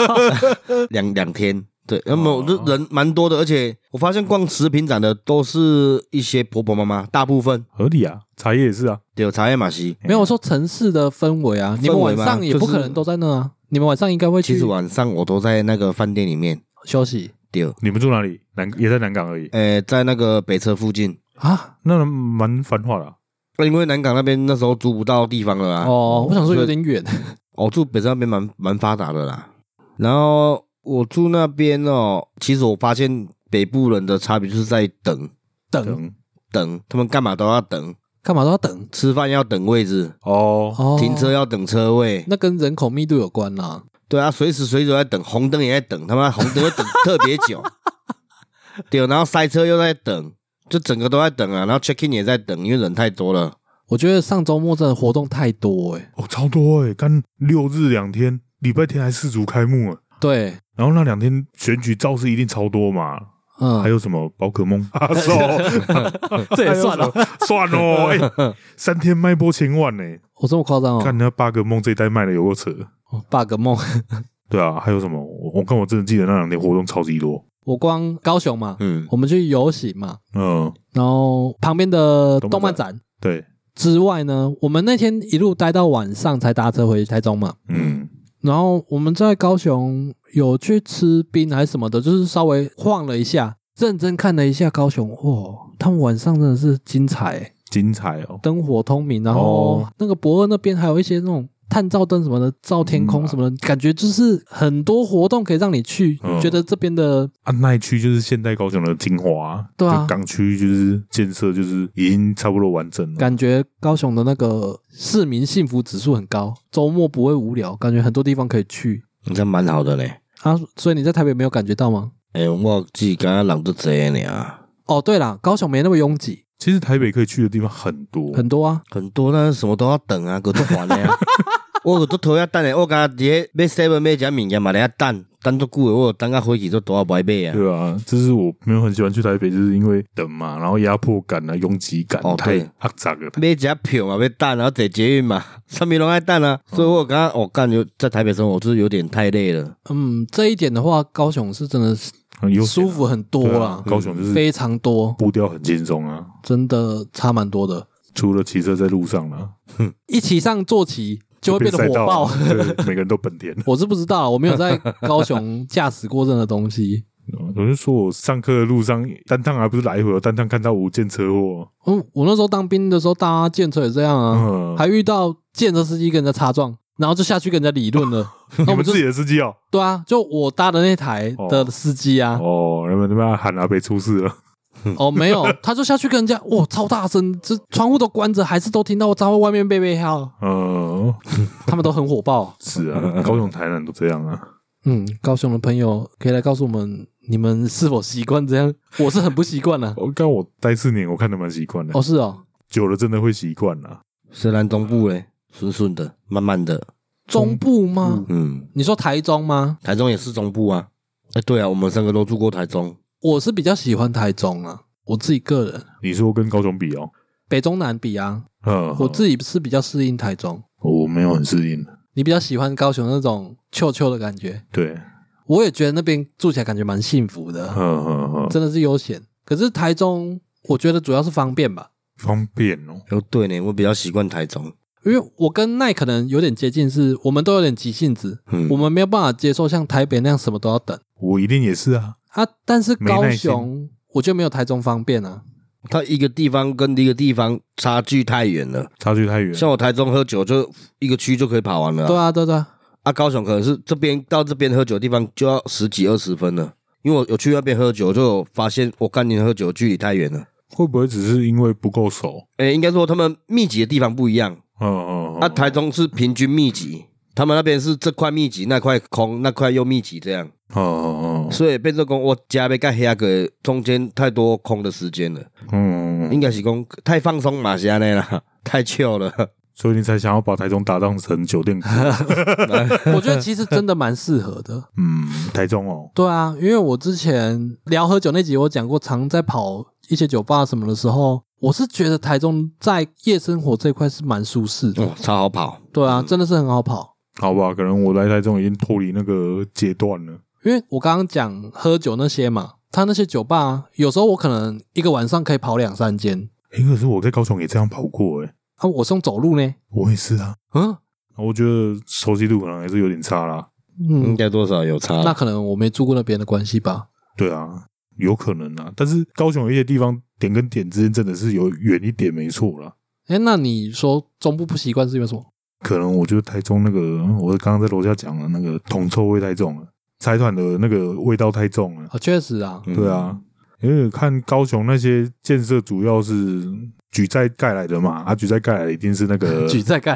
[SPEAKER 2] 两两天。对，那么我就人蛮多的，而且我发现逛食品展的都是一些婆婆妈妈，大部分
[SPEAKER 3] 合理啊，茶叶也是啊，
[SPEAKER 2] 对有茶叶马西。
[SPEAKER 1] 没有我说城市的氛围啊，你们晚上也不可能都在那啊，你们晚上应该会
[SPEAKER 2] 其
[SPEAKER 1] 去
[SPEAKER 2] 实晚上我都在那个饭店里面，
[SPEAKER 1] 休息
[SPEAKER 2] 对，
[SPEAKER 3] 你们住哪里？南也在南港而已，
[SPEAKER 1] 哎
[SPEAKER 2] 呃，在那个北车附近，
[SPEAKER 1] 啊。
[SPEAKER 3] 那蛮繁华的啊，
[SPEAKER 2] 那因为南港那边那时候租不到地方了啊。哦，
[SPEAKER 1] 哦，我想说有点远，
[SPEAKER 2] 我住北车那边蛮蛮发达的啦。然后我住那边哦，其实我发现北部人的差别就是在等
[SPEAKER 1] 等
[SPEAKER 3] 等
[SPEAKER 2] 等，他们干嘛都要等，
[SPEAKER 1] 干嘛都要等
[SPEAKER 2] 吃饭要等位置，
[SPEAKER 3] 哦，
[SPEAKER 1] 哦，
[SPEAKER 2] 停车要等车位。
[SPEAKER 1] 那跟人口密度有关啦。
[SPEAKER 2] 对啊，随时随地都在等，红灯也在等，他妈红灯又等特别 久，对，然后塞车又在等，就整个都在等啊，然后 check in 也在等，因为人太多了。
[SPEAKER 1] 我觉得上周末真的活动太多哎、
[SPEAKER 3] 哦，超多哎、欸，干六日两天，礼拜天还四足开幕啊。
[SPEAKER 1] 对，
[SPEAKER 3] 然后那两天选举造势一定超多嘛，还
[SPEAKER 1] 嗯，
[SPEAKER 3] 有什么宝可梦 阿手，
[SPEAKER 1] 这也算啊
[SPEAKER 3] 了，算哦，哎三天卖破千万呢、
[SPEAKER 1] 我这么夸张
[SPEAKER 3] 看
[SPEAKER 1] 哦
[SPEAKER 3] 那八个梦这一代卖的有够扯，
[SPEAKER 1] 哦，bug 梦。
[SPEAKER 3] 对啊，还有什么？我我看我真的记得那两天活动超级多，
[SPEAKER 1] 我光高雄嘛，
[SPEAKER 2] 嗯，
[SPEAKER 1] 我们去游行嘛，
[SPEAKER 3] 嗯，
[SPEAKER 1] 然后旁边的动
[SPEAKER 3] 动
[SPEAKER 1] 漫
[SPEAKER 3] 漫
[SPEAKER 1] 展
[SPEAKER 3] 对，
[SPEAKER 1] 之外呢，我们那天一路待到晚上才搭车回台中嘛。
[SPEAKER 3] 嗯，
[SPEAKER 1] 然后我们在高雄有去吃冰还是什么的，就是稍微晃了一下，认真看了一下高雄，哦，他们晚上真的是精彩欸，
[SPEAKER 3] 精彩哦，
[SPEAKER 1] 灯火通明，然后
[SPEAKER 3] 哦
[SPEAKER 1] 那个博二那边还有一些那种探照灯什么的，照天空
[SPEAKER 3] 嗯
[SPEAKER 1] 什么的，感觉就是很多活动可以让你去，
[SPEAKER 3] 嗯
[SPEAKER 1] 觉得这边的
[SPEAKER 3] 啊，那一区就是现代高雄的精华、
[SPEAKER 1] 对啊
[SPEAKER 3] 就港区就是建设就是已经差不多完整了，
[SPEAKER 1] 感觉，高雄的那个市民幸福指数很高，周末不会无聊，感觉很多地方可以去
[SPEAKER 2] 这蛮好的嘞。
[SPEAKER 1] 啊。所以你在台北没有感觉到吗？
[SPEAKER 2] 哎、我自己刚刚人都这呢啊，
[SPEAKER 1] 哦，对啦，高雄没那么拥挤，
[SPEAKER 3] 其实台北可以去的地方很多，
[SPEAKER 1] 很多啊。
[SPEAKER 2] 很多但是什么都要等啊，我都还的 啊。我都头要等的，我刚刚伫买 seven 买只物件嘛，你要等，等足久的，我等到飞机都多少白买啊。
[SPEAKER 3] 对啊，就是我没有很喜欢去台北，就是因为等嘛，然后压迫感啊、拥挤感
[SPEAKER 2] 哦
[SPEAKER 3] 太
[SPEAKER 2] 对
[SPEAKER 3] 肮脏了。
[SPEAKER 2] 买只票嘛，要等，然后坐捷运嘛，上面拢爱等啊。所以我刚刚我感觉在台北生活，我就是有点太累了。
[SPEAKER 1] 嗯，这一点的话，高雄是真的是
[SPEAKER 3] 很悠闲啊
[SPEAKER 1] 舒服很多
[SPEAKER 3] 对
[SPEAKER 1] 啦
[SPEAKER 3] 啊，，高雄就是
[SPEAKER 1] 非常多，
[SPEAKER 3] 步调很轻松啊，
[SPEAKER 1] 真的差蛮多的。
[SPEAKER 3] 除了骑车在路上啦、啊
[SPEAKER 1] 一起上坐骑就会变得
[SPEAKER 3] 赛
[SPEAKER 1] 火
[SPEAKER 3] 道
[SPEAKER 1] 爆。
[SPEAKER 3] 啊对，每个人都本田。
[SPEAKER 1] 我是不知道，我没有在高雄驾驶过任何东西。
[SPEAKER 3] 我就说我上课的路上单趟还不是来回，我哦单趟看到五件车祸，哦
[SPEAKER 1] 嗯，我那时候当兵的时候搭建车也这样啊，
[SPEAKER 3] 嗯，
[SPEAKER 1] 还遇到建车司机跟人家擦撞，然后就下去跟人家理论了。那
[SPEAKER 3] 你
[SPEAKER 1] 我
[SPEAKER 3] 们
[SPEAKER 1] 们就
[SPEAKER 3] 自己的司机哦，
[SPEAKER 1] 对啊，就我搭的那台的司机啊，
[SPEAKER 3] 哦，你们他妈喊阿北出事了，
[SPEAKER 1] 哦，没有，他就下去跟人家，哇，超大声，这窗户都关着，还是都听到我在外面被被哈，
[SPEAKER 3] 嗯，
[SPEAKER 1] 他们都很火爆。
[SPEAKER 3] 是 啊，高雄、台南都这样啊，
[SPEAKER 1] 嗯，高雄的朋友可以来告诉我们，你们是否习惯这样？我是很不习惯的、啊
[SPEAKER 3] 我哦刚我待四年，我看的蛮习惯的
[SPEAKER 1] 哦，，是哦，
[SPEAKER 3] 久了真的会习惯啊啦。
[SPEAKER 2] 深蓝中部
[SPEAKER 1] 嗯
[SPEAKER 2] 嘞，顺顺的，慢慢的，
[SPEAKER 1] 中部吗？
[SPEAKER 2] 嗯，
[SPEAKER 1] 你说台中吗？
[SPEAKER 2] 台中也是中部啊。哎，对啊，我们三个都住过台中，
[SPEAKER 1] 我是比较喜欢台中啊，我自己个人
[SPEAKER 3] 你说跟高雄比哦，
[SPEAKER 1] 北中南比啊，
[SPEAKER 3] 嗯，
[SPEAKER 1] 我自己是比较适应台中，
[SPEAKER 3] 我没有很适应，
[SPEAKER 1] 你比较喜欢高雄那种臭臭的感觉，
[SPEAKER 3] 对，
[SPEAKER 1] 我也觉得那边住起来感觉蛮幸福的。
[SPEAKER 3] 嗯嗯嗯，
[SPEAKER 1] 真的是悠闲。可是台中，我觉得主要是方便吧，
[SPEAKER 3] 方便哦，
[SPEAKER 2] 哦，对呢，我比较习惯台中，
[SPEAKER 1] 因为我跟奈可能有点接近是，我们都有点急性子，
[SPEAKER 2] 嗯，
[SPEAKER 1] 我们没有办法接受像台北那样什么都要等
[SPEAKER 3] 我一定也是啊，
[SPEAKER 1] 啊。但是
[SPEAKER 3] 没
[SPEAKER 1] 高
[SPEAKER 3] 耐心
[SPEAKER 1] 雄，我就没有台中方便啊。
[SPEAKER 2] 它一个地方跟一个地方差距太远了。
[SPEAKER 3] 差距太远，
[SPEAKER 2] 像我台中喝酒就一个区就可以跑完了啊、
[SPEAKER 1] 对啊，对啊对啊，
[SPEAKER 2] 啊，高雄可能是这边到这边喝酒的地方就要十几二十分了，因为我有去那边喝酒，就有发现我干你喝酒距离太远了。
[SPEAKER 3] 会不会只是因为不够熟？
[SPEAKER 2] 诶、应该说他们密集的地方不一样，
[SPEAKER 3] 嗯嗯，嗯
[SPEAKER 2] 啊，台中是平均密集，他们那边是这块密集，那块空，那块又密集这样，
[SPEAKER 3] 嗯嗯嗯
[SPEAKER 2] 所以变成讲我加被盖黑个中间太多空的时间了，
[SPEAKER 3] 嗯嗯，嗯
[SPEAKER 2] 应该是讲太放松嘛，是安尼啦， 太 chill 了，
[SPEAKER 3] 所以你才想要把台中打造成酒店股？
[SPEAKER 1] 我觉得其实真的蛮适合的。
[SPEAKER 3] 嗯，台中哦，
[SPEAKER 1] 对啊，因为我之前聊喝酒那集，我讲过，常在跑一些酒吧什么的时候，我是觉得台中在夜生活这一块是蛮舒适的。
[SPEAKER 2] 哦，超好跑，
[SPEAKER 1] 对啊，真的是很好跑。
[SPEAKER 3] 好吧，可能我来台中已经脱离那个阶段了。
[SPEAKER 1] 因为我刚刚讲喝酒那些嘛，他那些酒吧有时候我可能一个晚上可以跑两三间，
[SPEAKER 3] 诶可是我在高雄也这样跑过、诶
[SPEAKER 1] 啊，我是用走路呢，
[SPEAKER 3] 我也是啊。
[SPEAKER 1] 嗯
[SPEAKER 3] 我觉得熟悉度可能还是有点差啦。
[SPEAKER 2] 应
[SPEAKER 1] 嗯，
[SPEAKER 2] 该多少有差
[SPEAKER 1] 那
[SPEAKER 2] 啦，
[SPEAKER 1] 可能我没住过那边的关系吧。
[SPEAKER 3] 对啊，有可能啊。但是高雄有一些地方点跟点之间真的是有远一点，没错啦。
[SPEAKER 1] 哎，那你说中部不习惯是因为什么？
[SPEAKER 3] 可能我觉得台中那个，我刚刚在楼下讲了，那个铜臭味太重了，财团的那个味道太重了。
[SPEAKER 1] 啊，确实啊，
[SPEAKER 2] 嗯
[SPEAKER 3] 对啊，因为看高雄那些建设主要是举债盖来的嘛，啊，举债盖来的一定是那 个
[SPEAKER 1] 举债盖。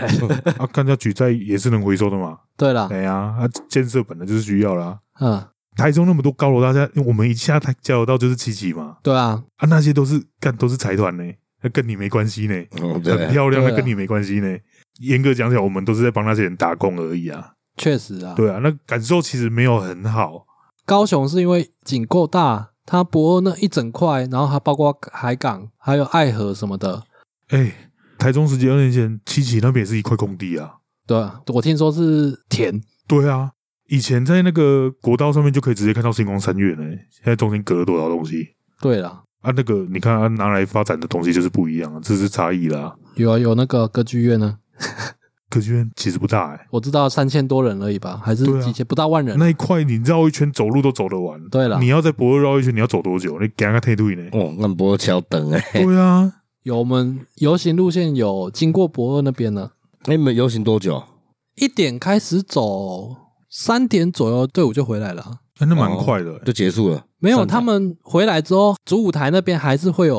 [SPEAKER 3] 啊，看到举债也是能回收的嘛。
[SPEAKER 1] 对啦，
[SPEAKER 3] 对呀、啊，建设本来就是需要啦。
[SPEAKER 1] 嗯，
[SPEAKER 3] 台中那么多高楼大厦，因为我们一下台交流道就是七期嘛，
[SPEAKER 1] 对啊，
[SPEAKER 3] 啊，那些都是干都是财团呢，那跟你没关系呢，
[SPEAKER 2] 嗯对
[SPEAKER 3] 很
[SPEAKER 2] 啊，
[SPEAKER 3] 漂亮，
[SPEAKER 1] 对啊
[SPEAKER 3] 那跟你没关系呢。严格讲起来，我们都是在帮那些人打工而已啊。
[SPEAKER 1] 确实啊。
[SPEAKER 3] 对啊，那感受其实没有很好。
[SPEAKER 1] 高雄是因为景够大，它博尔那一整块，然后还包括海港，还有爱河什么的。
[SPEAKER 3] 哎，台中十几二年前，七期那边也是一块空地啊。
[SPEAKER 1] 对啊，我听说是田，
[SPEAKER 3] 对啊，以前在那个国道上面就可以直接看到星光三月呢，现在中间隔了多少东西
[SPEAKER 1] 对啦，
[SPEAKER 3] 啊？那个你看，啊、拿来发展的东西就是不一样啊，这是差异啦。
[SPEAKER 1] 有啊，有那个歌剧院呢、
[SPEAKER 3] 歌剧院其实不大哎、
[SPEAKER 1] 我知道三千多人而已吧，还是
[SPEAKER 3] 对啊
[SPEAKER 1] 几千、不到万人。
[SPEAKER 3] 那一块你绕一圈走路都走得完。
[SPEAKER 1] 对啦
[SPEAKER 3] 你要在博二绕一圈，你要走多久？你赶快退队呢？
[SPEAKER 2] 哦，那不会敲灯哎，
[SPEAKER 3] 对啊，
[SPEAKER 1] 有我们游行路线有经过博二那边呢，
[SPEAKER 2] 你们游行多久？
[SPEAKER 1] 一点开始走，三点左右队伍就回来了啊。
[SPEAKER 3] 哎那蛮快的、欸
[SPEAKER 2] 就结束了。
[SPEAKER 1] 没有，
[SPEAKER 2] 上台
[SPEAKER 1] 他们回来之后，主舞台那边还是会有，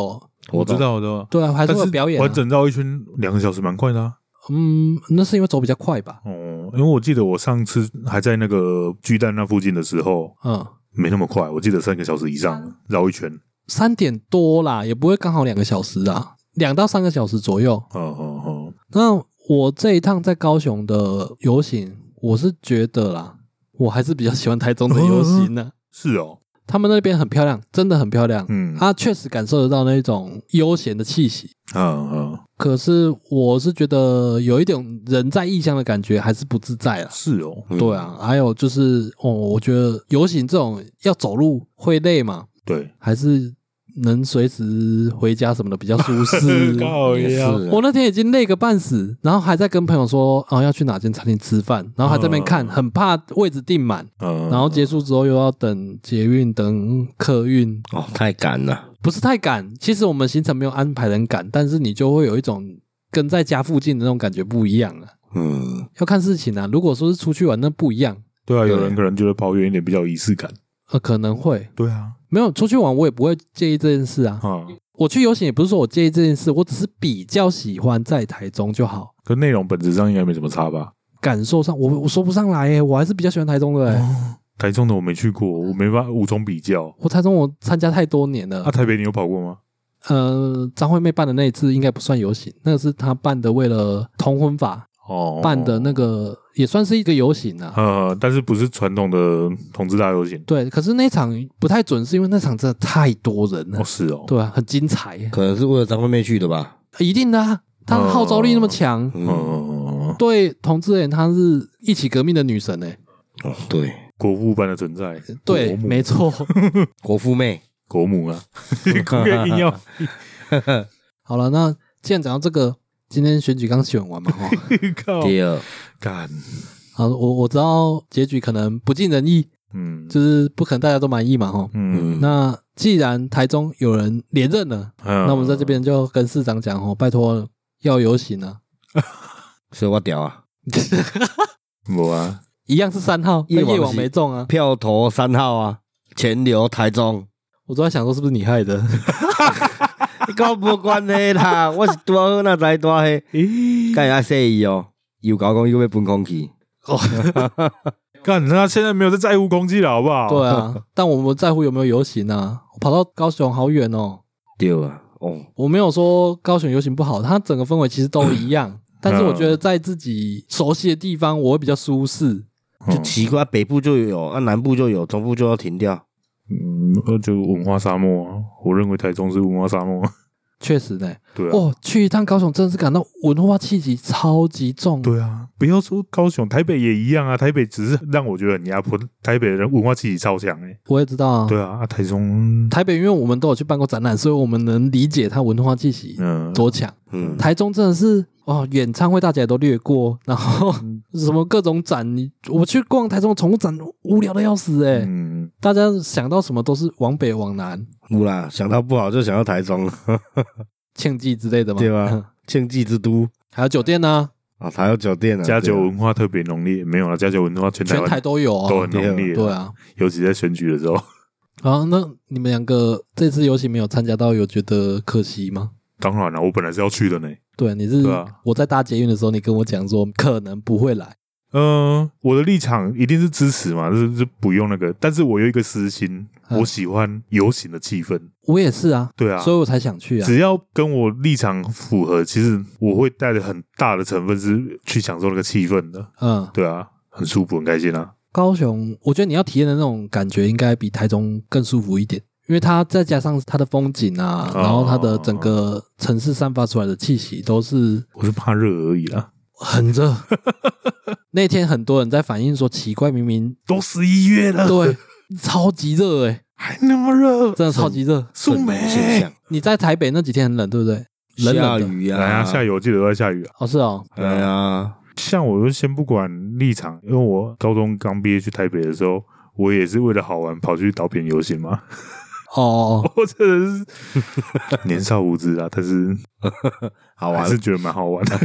[SPEAKER 3] 我知
[SPEAKER 2] 懂，
[SPEAKER 3] 道的。
[SPEAKER 1] 对啊，还是
[SPEAKER 3] 但
[SPEAKER 1] 会有表演、啊。
[SPEAKER 3] 完整绕一圈两个小时，蛮快的、啊。
[SPEAKER 1] 嗯，那是因为走比较快吧？
[SPEAKER 3] 哦，因为我记得我上次还在那个巨蛋那附近的时候，
[SPEAKER 1] 嗯，
[SPEAKER 3] 没那么快，我记得三个小时以上绕一圈。
[SPEAKER 1] 三点多啦，也不会刚好两个小时啊，两到三个小时左右。
[SPEAKER 3] 哦哦哦，
[SPEAKER 1] 那我这一趟在高雄的游行，我是觉得啦，我还是比较喜欢台中的游行呢、
[SPEAKER 3] 是哦，
[SPEAKER 1] 他们那边很漂亮，真的很漂亮。
[SPEAKER 3] 嗯，
[SPEAKER 1] 他确实感受得到那种悠闲的气息。
[SPEAKER 3] 嗯嗯，
[SPEAKER 1] 可是我是觉得有一点人在异乡的感觉，还是不自在了。啊
[SPEAKER 3] 是哦，
[SPEAKER 2] 嗯
[SPEAKER 1] 对啊，还有就是，哦，我觉得游行这种要走路会累嘛，
[SPEAKER 3] 对，
[SPEAKER 1] 还是能随时回家什么的比较舒 适。
[SPEAKER 3] 靠
[SPEAKER 2] 也是
[SPEAKER 3] 呀，
[SPEAKER 2] 啊，
[SPEAKER 1] 我那天已经累个半死，然后还在跟朋友说，哦、要去哪间餐厅吃饭，然后还在那边看，
[SPEAKER 3] 嗯
[SPEAKER 1] 很怕位置订满，
[SPEAKER 3] 嗯
[SPEAKER 1] 然后结束之后又要等捷运、等客运，
[SPEAKER 2] 哦，太赶了，
[SPEAKER 1] 不是太赶。其实我们行程没有安排得很赶，但是你就会有一种跟在家附近的那种感觉不一样啊。
[SPEAKER 2] 嗯，
[SPEAKER 1] 要看事情啊，如果说是出去玩，那不一样，
[SPEAKER 3] 对啊，
[SPEAKER 2] 对
[SPEAKER 3] 有人可能觉得跑远一点比较有仪式感。
[SPEAKER 1] 呃，可能会
[SPEAKER 3] 对啊，
[SPEAKER 1] 没有出去玩，我也不会介意这件事啊。
[SPEAKER 3] 啊，
[SPEAKER 1] 我去游行也不是说我介意这件事，我只是比较喜欢在台中就好。
[SPEAKER 3] 跟内容本质上应该没什么差吧？
[SPEAKER 1] 感受上，我我说不上来耶，我还是比较喜欢台
[SPEAKER 3] 哦
[SPEAKER 1] 中的耶。
[SPEAKER 3] 台中的我没去过，我没办法无从比较。
[SPEAKER 1] 我台中我参加太多年了
[SPEAKER 3] 啊，，台北你有跑过吗？
[SPEAKER 1] 呃，张惠妹办的那一次应该不算游行，那是她办的为了同婚法
[SPEAKER 3] 哦，
[SPEAKER 1] 办的那个，也算是一个游行啊。
[SPEAKER 3] 呃，但是不是传统的同志大游行？
[SPEAKER 1] 对，可是那场不太准，是因为那场真的太多人了
[SPEAKER 3] 哦，，是哦，
[SPEAKER 1] 对啊，很精彩耶，
[SPEAKER 2] 可能是为了张惠妹去的吧，
[SPEAKER 1] 一定的啊，她
[SPEAKER 3] 哦
[SPEAKER 1] 号召力那么强，
[SPEAKER 2] 嗯，
[SPEAKER 3] 嗯，
[SPEAKER 1] 对同志人她是一起革命的女神哎，
[SPEAKER 2] 哦，对，
[SPEAKER 3] 国父般的存在，
[SPEAKER 1] 对，
[SPEAKER 3] 国母
[SPEAKER 1] 没错。
[SPEAKER 2] 国父妹，
[SPEAKER 3] 国母 啊，故意硬要
[SPEAKER 1] 好了，那既然讲到这个，今天选举刚选 完嘛，哈，
[SPEAKER 3] 靠
[SPEAKER 2] 第二，
[SPEAKER 3] 干，
[SPEAKER 1] 好，我我知道结局可能不尽人意，
[SPEAKER 3] 嗯，
[SPEAKER 1] 就是不可能大家都满意嘛，哈。
[SPEAKER 3] 嗯，
[SPEAKER 1] 那既然台中有人连任了，
[SPEAKER 3] 那
[SPEAKER 1] 那我们在这边就跟市长讲哦，拜托了要游行啊，
[SPEAKER 2] 所以我屌啊，
[SPEAKER 3] 我啊，
[SPEAKER 1] 一样是三号，
[SPEAKER 2] 夜
[SPEAKER 1] 夜
[SPEAKER 2] 晚
[SPEAKER 1] 夜晚
[SPEAKER 2] 是
[SPEAKER 1] 没中啊。
[SPEAKER 2] 票投三号啊，钱流台中，
[SPEAKER 1] 我都在想说是不是你害的？
[SPEAKER 2] 你跟我无关系 啦，我是多好那才多黑，
[SPEAKER 3] 咦，
[SPEAKER 2] 干下说伊哦，又搞讲又要分空气，
[SPEAKER 3] 干，那他现在没有在在乎攻击了，好不好？
[SPEAKER 1] 对， 啊，但我们在乎有没有游行啊。我跑到高雄好远哦，
[SPEAKER 2] 对啊，哦，
[SPEAKER 1] 我没有说高雄游行不好，它整个氛围其实都一样。但是我觉得在自己熟悉的地方，我会比较舒适。
[SPEAKER 3] 嗯
[SPEAKER 2] 就奇怪，北部就有，啊南部就有，中部就要停掉，
[SPEAKER 3] 嗯，呃就文化沙漠啊，我认为台中是文化沙漠，啊
[SPEAKER 1] 确实呢，
[SPEAKER 3] 对啊，
[SPEAKER 1] 哦，去一趟高雄真的是感到文化气息超级重。
[SPEAKER 3] 对啊，不要说高雄，台北也一样啊，台北只是让我觉得很压迫，台北人文化气息超强哎，
[SPEAKER 1] 我也知道啊，
[SPEAKER 3] 对啊，啊台中，
[SPEAKER 1] 台北，因为我们都有去办过展览，所以我们能理解它文化气息
[SPEAKER 3] 嗯，
[SPEAKER 1] 多强。
[SPEAKER 2] 嗯，
[SPEAKER 1] 台中真的是哦，演唱会大家也都略过，然后
[SPEAKER 3] 嗯
[SPEAKER 1] 什么各种展，你我去逛台中的宠物展，无聊的要死哎、
[SPEAKER 3] 嗯，
[SPEAKER 1] 大家想到什么都是往北往南，
[SPEAKER 2] 有啦，想到不好就想到台中，
[SPEAKER 1] 庆记之类的嘛，
[SPEAKER 2] 对
[SPEAKER 3] 啊
[SPEAKER 2] 吧？庆记之都
[SPEAKER 1] 还有酒店呢、
[SPEAKER 2] 啊，还有酒店啊，
[SPEAKER 3] 加酒
[SPEAKER 2] 对啊
[SPEAKER 3] 文化特别浓烈，没有啊了，加酒文化全台
[SPEAKER 1] 全台
[SPEAKER 3] 湾
[SPEAKER 1] 都有
[SPEAKER 3] 嗯都
[SPEAKER 1] 啊
[SPEAKER 3] 很。浓烈，
[SPEAKER 1] 对，啊，
[SPEAKER 3] 尤其在选举的时候，
[SPEAKER 1] 然后那你们两个这次游行没有参加到，有觉得可惜吗？
[SPEAKER 3] 当然了，我本来是要去的呢，
[SPEAKER 1] 对，你是
[SPEAKER 3] 对啊
[SPEAKER 1] 我在搭捷运的时候，你跟我讲说可能不会来，
[SPEAKER 3] 嗯，我的立场一定是支持嘛，就是是不用那个，但是我有一个私心，
[SPEAKER 1] 嗯
[SPEAKER 3] 我喜欢游行的气氛。
[SPEAKER 1] 我也是啊，
[SPEAKER 3] 对啊，
[SPEAKER 1] 所以我才想去啊。
[SPEAKER 3] 只要跟我立场符合，其实我会带着很大的成分是去享受那个气氛的。
[SPEAKER 1] 嗯，
[SPEAKER 3] 对啊，很舒服，很开心啊。
[SPEAKER 1] 高雄，我觉得你要体验的那种感觉，应该比台中更舒服一点，因为它再加上它的风景啊，
[SPEAKER 3] 哦
[SPEAKER 1] 然后它的整个城市散发出来的气息都是
[SPEAKER 3] 我是怕热而已啦，
[SPEAKER 1] 很 热。那天很多人在反映说，奇怪，明 明
[SPEAKER 3] 都十一月了，
[SPEAKER 1] 对超级热诶、欸
[SPEAKER 3] 还那么热，
[SPEAKER 1] 真的超级热。
[SPEAKER 3] 素
[SPEAKER 2] 现
[SPEAKER 3] 梅啊
[SPEAKER 2] 象，
[SPEAKER 1] 你在台北那几天很冷，对不对？冷
[SPEAKER 2] 下
[SPEAKER 1] 冷的
[SPEAKER 2] 雨啊，
[SPEAKER 3] 来啊，下
[SPEAKER 2] 雨，
[SPEAKER 3] 雨我记得都在下雨啊。
[SPEAKER 1] 哦，是哦，
[SPEAKER 2] 对啊，
[SPEAKER 3] 像我就先不管立场，因为我高中刚毕业去台北的时候，我也是为了好玩跑去岛边游行嘛。
[SPEAKER 1] 哦哦，哦
[SPEAKER 3] 我真的 是年少无知啊，但是
[SPEAKER 2] 好
[SPEAKER 3] 还
[SPEAKER 2] 玩
[SPEAKER 3] 是，觉得蛮好玩 的，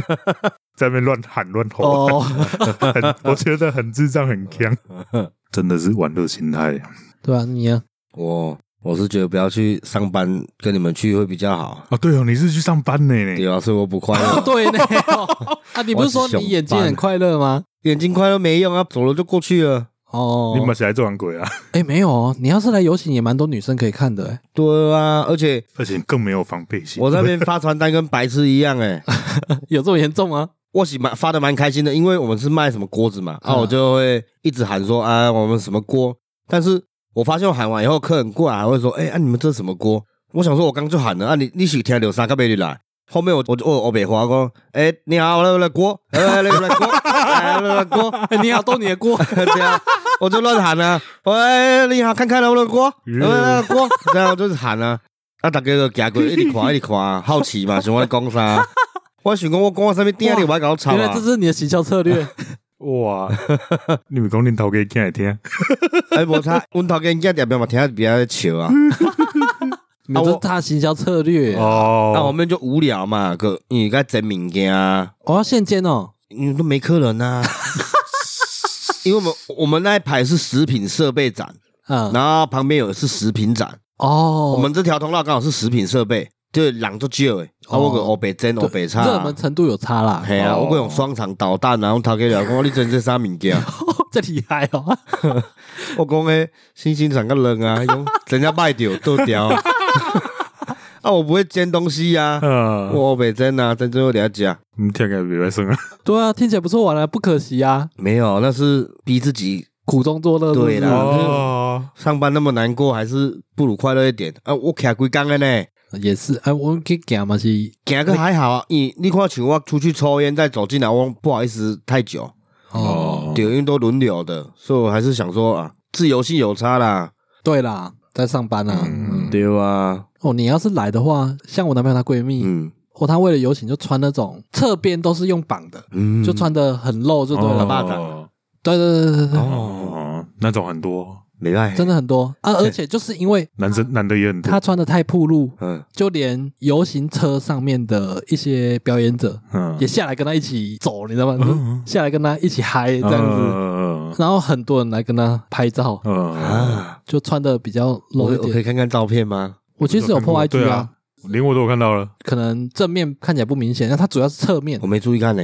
[SPEAKER 3] 在那边乱喊乱吼，
[SPEAKER 1] 哦，
[SPEAKER 3] 很我觉得很智障，很强， 真的是玩乐心态。
[SPEAKER 1] 对啊，你啊，
[SPEAKER 2] 我我是觉得不要去上班，跟你们去会比较好。
[SPEAKER 3] 啊，对哦，你是去上班呢？
[SPEAKER 2] 对啊，所以我不快 乐，
[SPEAKER 1] 对呢，哦啊，你不是说
[SPEAKER 2] 我是熊
[SPEAKER 1] 你眼睛很
[SPEAKER 2] 班
[SPEAKER 1] 快乐吗？
[SPEAKER 2] 眼睛快乐没用啊，走了就过去了。
[SPEAKER 1] 哦，
[SPEAKER 3] 你们起来做完鬼啊！
[SPEAKER 1] 哎、没有哦，你要是来游行，也蛮多女生可以看的、欸。
[SPEAKER 2] 对啊，而且
[SPEAKER 3] 而且更没有防备心。
[SPEAKER 2] 我那边发传单跟白痴一样哎、
[SPEAKER 1] 有这么严重吗？
[SPEAKER 2] 我喜蛮发的蛮开心的，因为我们是卖什么锅子嘛，啊，
[SPEAKER 1] 嗯
[SPEAKER 2] 我就会一直喊说啊，我们什么锅。但是我发现我喊完以后，客人过来还会说，哎、啊，你们这是什么锅？我想说，我刚就喊了啊，你你是听柳沙个没你来。后面我我就我我北华说，哎、你好，来来锅，来来来来锅，来来来锅，
[SPEAKER 1] 哎 你好，动你的 锅
[SPEAKER 2] 这样哎我就乱喊啊，喂，你好，看看能不能锅，能不能锅，这样我就是喊啊，啊，大家都行过，一直看，一直看，好奇嘛，想我在 讲啥？我想讲我讲我啥物店，你有爱甲我吵
[SPEAKER 1] 原来
[SPEAKER 2] 啊
[SPEAKER 1] 这？是你的行销策 略，
[SPEAKER 3] 哇，你们讲恁头家听来听，
[SPEAKER 2] 哎，无差，阮头家囝点边嘛，听着比较笑啊。
[SPEAKER 1] 嗯你们这是他的行销策略。
[SPEAKER 2] 那啊我
[SPEAKER 3] 哦，
[SPEAKER 2] 们就无聊嘛，个你该整物件啊，
[SPEAKER 1] 我要现煎哦，
[SPEAKER 2] 因为都没客 人啊。因为我们我们那一排是食品设备展，
[SPEAKER 1] 嗯，
[SPEAKER 2] 然后旁边有是食品展，
[SPEAKER 1] 哦，
[SPEAKER 2] 我们这条通道刚好是食品设备，就是人就少诶。啊，
[SPEAKER 1] 哦
[SPEAKER 2] 我个欧北煎、欧北
[SPEAKER 1] 对
[SPEAKER 2] 菜，
[SPEAKER 1] 热门程度有差啦，
[SPEAKER 2] 嘿啊，
[SPEAKER 3] 哦
[SPEAKER 2] 我个用双层导弹啊，我头家聊讲，我你整这啥物件？
[SPEAKER 1] 这厉害哦，
[SPEAKER 2] 我讲诶，星星长个冷啊，用人家卖掉都 掉。啊，我不会煎东西呀、
[SPEAKER 1] 嗯
[SPEAKER 2] 啊，
[SPEAKER 3] 呃，
[SPEAKER 2] 我北煎啊，真正有了解。
[SPEAKER 3] 你听起来别外生啊，
[SPEAKER 1] 对啊，听起来不错玩了，不可惜啊，
[SPEAKER 2] 没有，那是逼自己
[SPEAKER 1] 苦中作乐，
[SPEAKER 2] 对啦
[SPEAKER 1] 啦，
[SPEAKER 3] 哦，
[SPEAKER 2] 上班那么难过，还是不如快乐一点啊！我徛规工的呢，
[SPEAKER 1] 也是，哎，我们去讲嘛是，
[SPEAKER 2] 行个还好啊。你你看，像我出去抽烟再走进来，我不好意思太久，
[SPEAKER 1] 哦，
[SPEAKER 2] 对，因为都轮流的，所以我还是想说啊，自由性有差啦，
[SPEAKER 1] 对啦，在上班啊，嗯，
[SPEAKER 2] 对啊吧？
[SPEAKER 1] 哦，你要是来的话，像我男朋友她闺蜜，
[SPEAKER 2] 嗯
[SPEAKER 1] 哦，她为了游行就穿那种侧边都是用绑的，
[SPEAKER 2] 嗯
[SPEAKER 1] 就穿的很露就对
[SPEAKER 3] 哦
[SPEAKER 1] 了，
[SPEAKER 2] 吧
[SPEAKER 1] 对对对对对对，
[SPEAKER 2] 哦，
[SPEAKER 3] 哦，那种很多
[SPEAKER 2] 没赖，
[SPEAKER 1] 真的很多啊，而且就是因为
[SPEAKER 3] 男生男的也很
[SPEAKER 1] 她
[SPEAKER 3] 多，
[SPEAKER 1] 穿的太暴露，
[SPEAKER 2] 嗯，
[SPEAKER 1] 就连游行车上面的一些表演者
[SPEAKER 3] 嗯
[SPEAKER 1] 也，下来跟他一起走，你知道吗？
[SPEAKER 3] 嗯
[SPEAKER 1] 下来跟他一起嗨这样子，
[SPEAKER 3] 子，
[SPEAKER 1] 然后很多人来跟他拍照，
[SPEAKER 3] 嗯，
[SPEAKER 2] 啊，
[SPEAKER 1] 就穿的比较
[SPEAKER 2] 我
[SPEAKER 1] low 一
[SPEAKER 2] 我可以
[SPEAKER 1] 点。
[SPEAKER 2] 看看照片吗？
[SPEAKER 1] 我其实有破 IG
[SPEAKER 3] 对
[SPEAKER 1] 啊
[SPEAKER 3] 啊，连我都有看到了，
[SPEAKER 1] 可能正面看起来不明显，但它主要是侧面
[SPEAKER 2] 我。没注意看呢，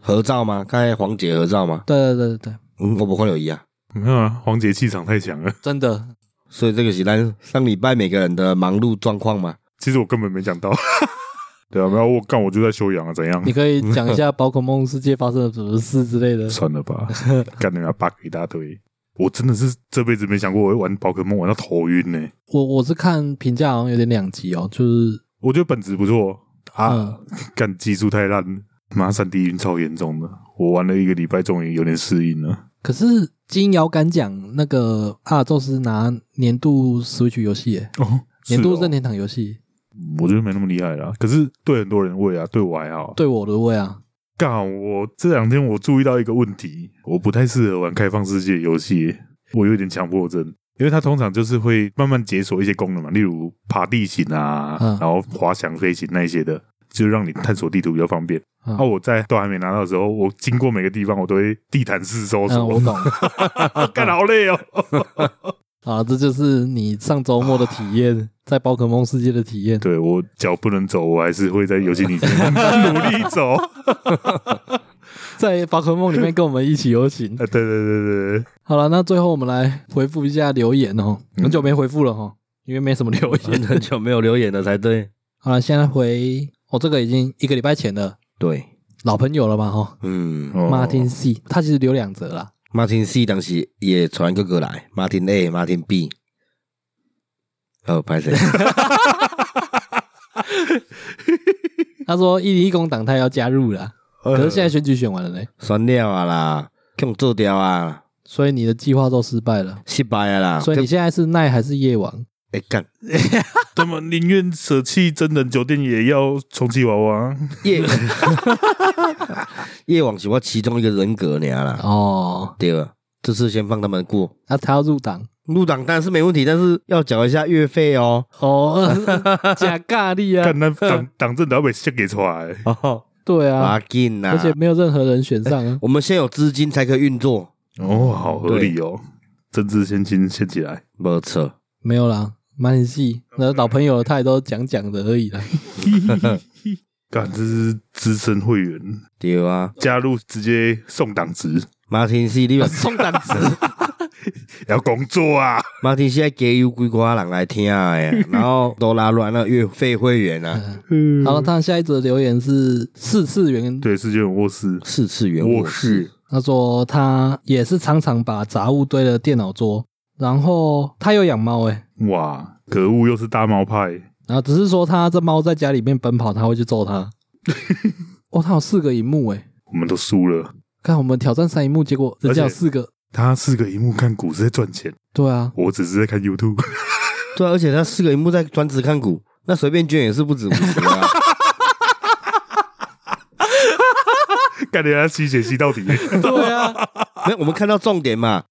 [SPEAKER 2] 合照吗？刚才黄姐合照吗？
[SPEAKER 1] 对对对对对，
[SPEAKER 2] 嗯，我不看有一样，
[SPEAKER 3] 你看啊，黄杰气场太强了。
[SPEAKER 1] 真的
[SPEAKER 2] 所以这个是咱上礼拜每个人的忙碌状况嘛。
[SPEAKER 3] 其实我根本没讲到， 对啊，没有我干，我就在休养啊，怎样
[SPEAKER 1] 你？可以讲一下 宝可梦世界发生了什么事之类的。
[SPEAKER 3] 算了吧， 干人家 bug 一大堆，我真的是这辈子没想过我会玩宝可梦玩到头晕呢、
[SPEAKER 1] 我我是看评价好像有点两极哦，就是
[SPEAKER 3] 我觉得本质不错啊
[SPEAKER 1] 嗯，
[SPEAKER 3] 干技术太烂，妈三 D 晕超严重的，我玩了一个礼拜，终于有点适应了。
[SPEAKER 1] 可是金摇杆奖那个阿尔宙斯拿年度 Switch 游戏耶，
[SPEAKER 3] 哦，
[SPEAKER 1] 年度任
[SPEAKER 3] 真的，
[SPEAKER 1] 天堂游戏，
[SPEAKER 3] 我觉得没那么厉害啦。可是对很多人会啊，对我还好。
[SPEAKER 1] 对我的胃啊，
[SPEAKER 3] 干，我这两天我注意到一个问题，我不太适合玩开放世界游戏，我有点强迫症，因为它通常就是会慢慢解锁一些功能嘛，例如爬地形啊，
[SPEAKER 1] 嗯
[SPEAKER 3] 然后滑翔飞行那一些的，就让你探索地图比较方便。
[SPEAKER 1] 嗯
[SPEAKER 3] 啊，我在都还没拿到的时候，我经过每个地方，我都会地毯式搜
[SPEAKER 1] 嗯，我
[SPEAKER 3] 索，
[SPEAKER 1] 懂。嗯
[SPEAKER 3] 干、好累哦。
[SPEAKER 1] 啊，这就是你上周末的体 验，在宝可梦世界的体验。
[SPEAKER 3] 对我脚不能走，我还是会在游戏里面努力走。
[SPEAKER 1] 在宝可梦里面跟我们一起游行。
[SPEAKER 3] 啊，对对对对对，
[SPEAKER 1] 好了，那最后我们来回复一下留言哦，
[SPEAKER 3] 嗯
[SPEAKER 1] 很久没回复了哦，因为没什么留言。
[SPEAKER 2] 很久没有留言了才对。
[SPEAKER 1] 好了，现在回我、这个已经一个礼拜前的
[SPEAKER 2] 对，
[SPEAKER 1] 老朋友了嘛哈、
[SPEAKER 2] 嗯
[SPEAKER 1] 哦、
[SPEAKER 3] 哦
[SPEAKER 1] Martin C，他其实留两则啦。
[SPEAKER 2] ，Martin C 当时也传个过来，Martin A、Martin B。哦，拍谁？
[SPEAKER 1] 他说一零一工党他要加入了，
[SPEAKER 2] 呃
[SPEAKER 1] 可是现在选举选完了嘞，
[SPEAKER 2] 酸掉啊啦，给我们做掉啊，
[SPEAKER 1] 所以你的计划都失败了。
[SPEAKER 2] 失败啊啦。
[SPEAKER 1] 所以你现在是奈还是夜王？
[SPEAKER 2] 哎干
[SPEAKER 3] 他们宁愿舍弃真人酒店，也要充气娃啊娃。
[SPEAKER 2] 夜 夜网是我其中一个人格尔啦，
[SPEAKER 1] 哦，
[SPEAKER 2] 对吧？这次先放他们过，
[SPEAKER 1] 那、他要入党
[SPEAKER 2] 入党当然是没问题，但是要缴一下月费哦。
[SPEAKER 1] 哦， 假尬力啊
[SPEAKER 3] 干，那党党政都要被献给出来，
[SPEAKER 2] 哦，
[SPEAKER 1] 对啊，
[SPEAKER 2] 拉紧呐
[SPEAKER 1] 而！且没有任何人选上啊。
[SPEAKER 2] 我们先有资金才可以运作，
[SPEAKER 3] 哦，好合理哦，政治先亲献起来，
[SPEAKER 2] 没错。
[SPEAKER 1] 没有啦，蛮细，那老朋友了他也都讲讲的而已啦。
[SPEAKER 3] 干这是资深会员
[SPEAKER 2] 对啊
[SPEAKER 3] 加入直接送党职，
[SPEAKER 2] ，Martin C 你
[SPEAKER 1] 送单子，
[SPEAKER 3] 要工作啊，
[SPEAKER 2] 马丁现在给有几个人来听啊， 然后都拉乱了月费会员啊，
[SPEAKER 1] 嗯好了，他下一则留言是四次元，
[SPEAKER 3] 对，是卷卧室
[SPEAKER 2] 四次元
[SPEAKER 3] 卧
[SPEAKER 2] 卧
[SPEAKER 3] 室
[SPEAKER 2] 室，
[SPEAKER 1] 他说他也是常常把杂物堆了电脑桌，然后他有养猫诶、欸
[SPEAKER 3] 哇，可恶，又是大猫派，
[SPEAKER 1] 然后只是说他这猫在家里面奔跑，他会去揍 它。哦，他有四个荧幕诶、欸
[SPEAKER 3] 我们都输了。
[SPEAKER 1] 看我们挑战三荧幕，结果人家有
[SPEAKER 3] 而且
[SPEAKER 1] 四个，
[SPEAKER 3] 他四个荧幕看股是在赚钱，
[SPEAKER 1] 对啊，
[SPEAKER 3] 我只是在看 YouTube。
[SPEAKER 2] 对啊，而且他四个荧幕在专职看股，那随便捐也是不止五十 啊。
[SPEAKER 3] 感觉他吸血吸到 底，
[SPEAKER 1] 对啊，
[SPEAKER 2] 没有，我们看到重 点嘛。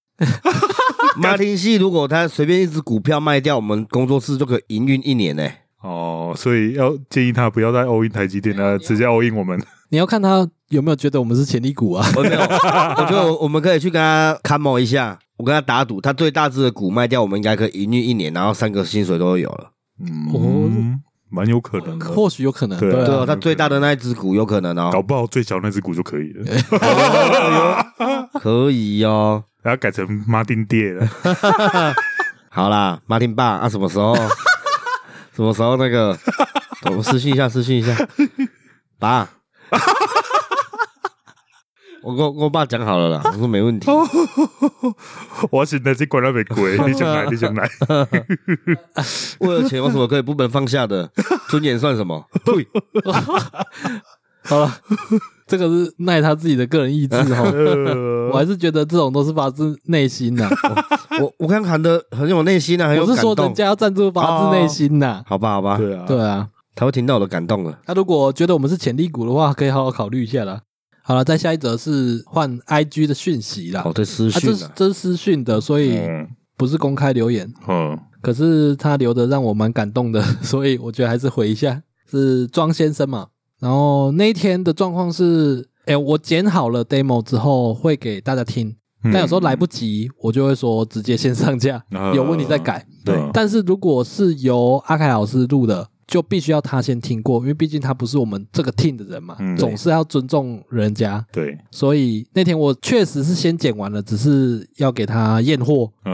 [SPEAKER 2] 马丁系如果他随便一只股票卖掉，我们工作室就可以营运一年呢、
[SPEAKER 3] 哦，所以要建议他不要再 all in 台积电了，直接 all in 我们。
[SPEAKER 1] 你要看他有没有觉得我们是潜力股啊？
[SPEAKER 2] 我没有，我觉得我我们可以去跟他 come 一下，我跟他打赌，他最大只的股卖掉，我们应该可以营运一年，然后三个薪水都有了。
[SPEAKER 1] 哦
[SPEAKER 3] 嗯，蛮有可能的，
[SPEAKER 1] 或许有可能，
[SPEAKER 3] 对啊
[SPEAKER 1] 对
[SPEAKER 2] 对哦，
[SPEAKER 1] 啊，
[SPEAKER 2] 他最大的那一只股有可能
[SPEAKER 3] 搞
[SPEAKER 2] 哦，
[SPEAKER 3] 不好最小那只股就可 以了，
[SPEAKER 2] 可以哦。
[SPEAKER 3] 然后改成马丁爹了。
[SPEAKER 2] 好啦，马丁爸啊，什么时候？ 什么时候那个？我们私信一下，私信一下，爸。 我跟我跟我爸讲好了啦，我说没问题。
[SPEAKER 1] 哦
[SPEAKER 3] 我现在去关了玫 瑰，你想来你想来，
[SPEAKER 2] 为了钱有什么可以不能放下的？尊严算什么？呸！
[SPEAKER 1] 好了， 这个是赖他自己的个人 意志哦。
[SPEAKER 3] 呃
[SPEAKER 1] 我还是觉得这种都是发自内心 的、
[SPEAKER 2] 我我刚喊的很有内心啊，很有
[SPEAKER 1] 我
[SPEAKER 2] 感
[SPEAKER 1] 是说
[SPEAKER 2] 动。
[SPEAKER 1] 人家要赞助发自内心呐、
[SPEAKER 2] 好吧，好吧，
[SPEAKER 3] 对啊，
[SPEAKER 1] 对啊，
[SPEAKER 2] 他会听到我的感动啊了。
[SPEAKER 1] 那如果觉得我们是潜力股的话，可以好好考虑一下啦。好了，再下一则是换 IG 的讯息啦，
[SPEAKER 2] 哦，对，私
[SPEAKER 1] 啊，这
[SPEAKER 2] 讯
[SPEAKER 1] 是
[SPEAKER 2] 啊，
[SPEAKER 1] 这是私讯的，所以
[SPEAKER 3] 嗯
[SPEAKER 1] 不是公开留言。
[SPEAKER 3] 嗯，
[SPEAKER 1] 可是他留的让我蛮感动的， 所以我觉得还是回一下。是庄先生嘛？然后那一天的状况是，哎，我剪好了 demo 之后会给大家听，但有时候来不及，我就会说直接先上架，
[SPEAKER 3] 嗯
[SPEAKER 1] 有问题再改。
[SPEAKER 3] 对
[SPEAKER 1] 但是如果是由阿凯老师录的，就必须要他先听过，因为毕竟他不是我们这个 team 的人嘛，
[SPEAKER 3] 嗯
[SPEAKER 1] 总是要尊重人家。
[SPEAKER 3] 对，
[SPEAKER 1] 所以那天我确实是先剪完了，只是要给他验货，
[SPEAKER 3] 嗯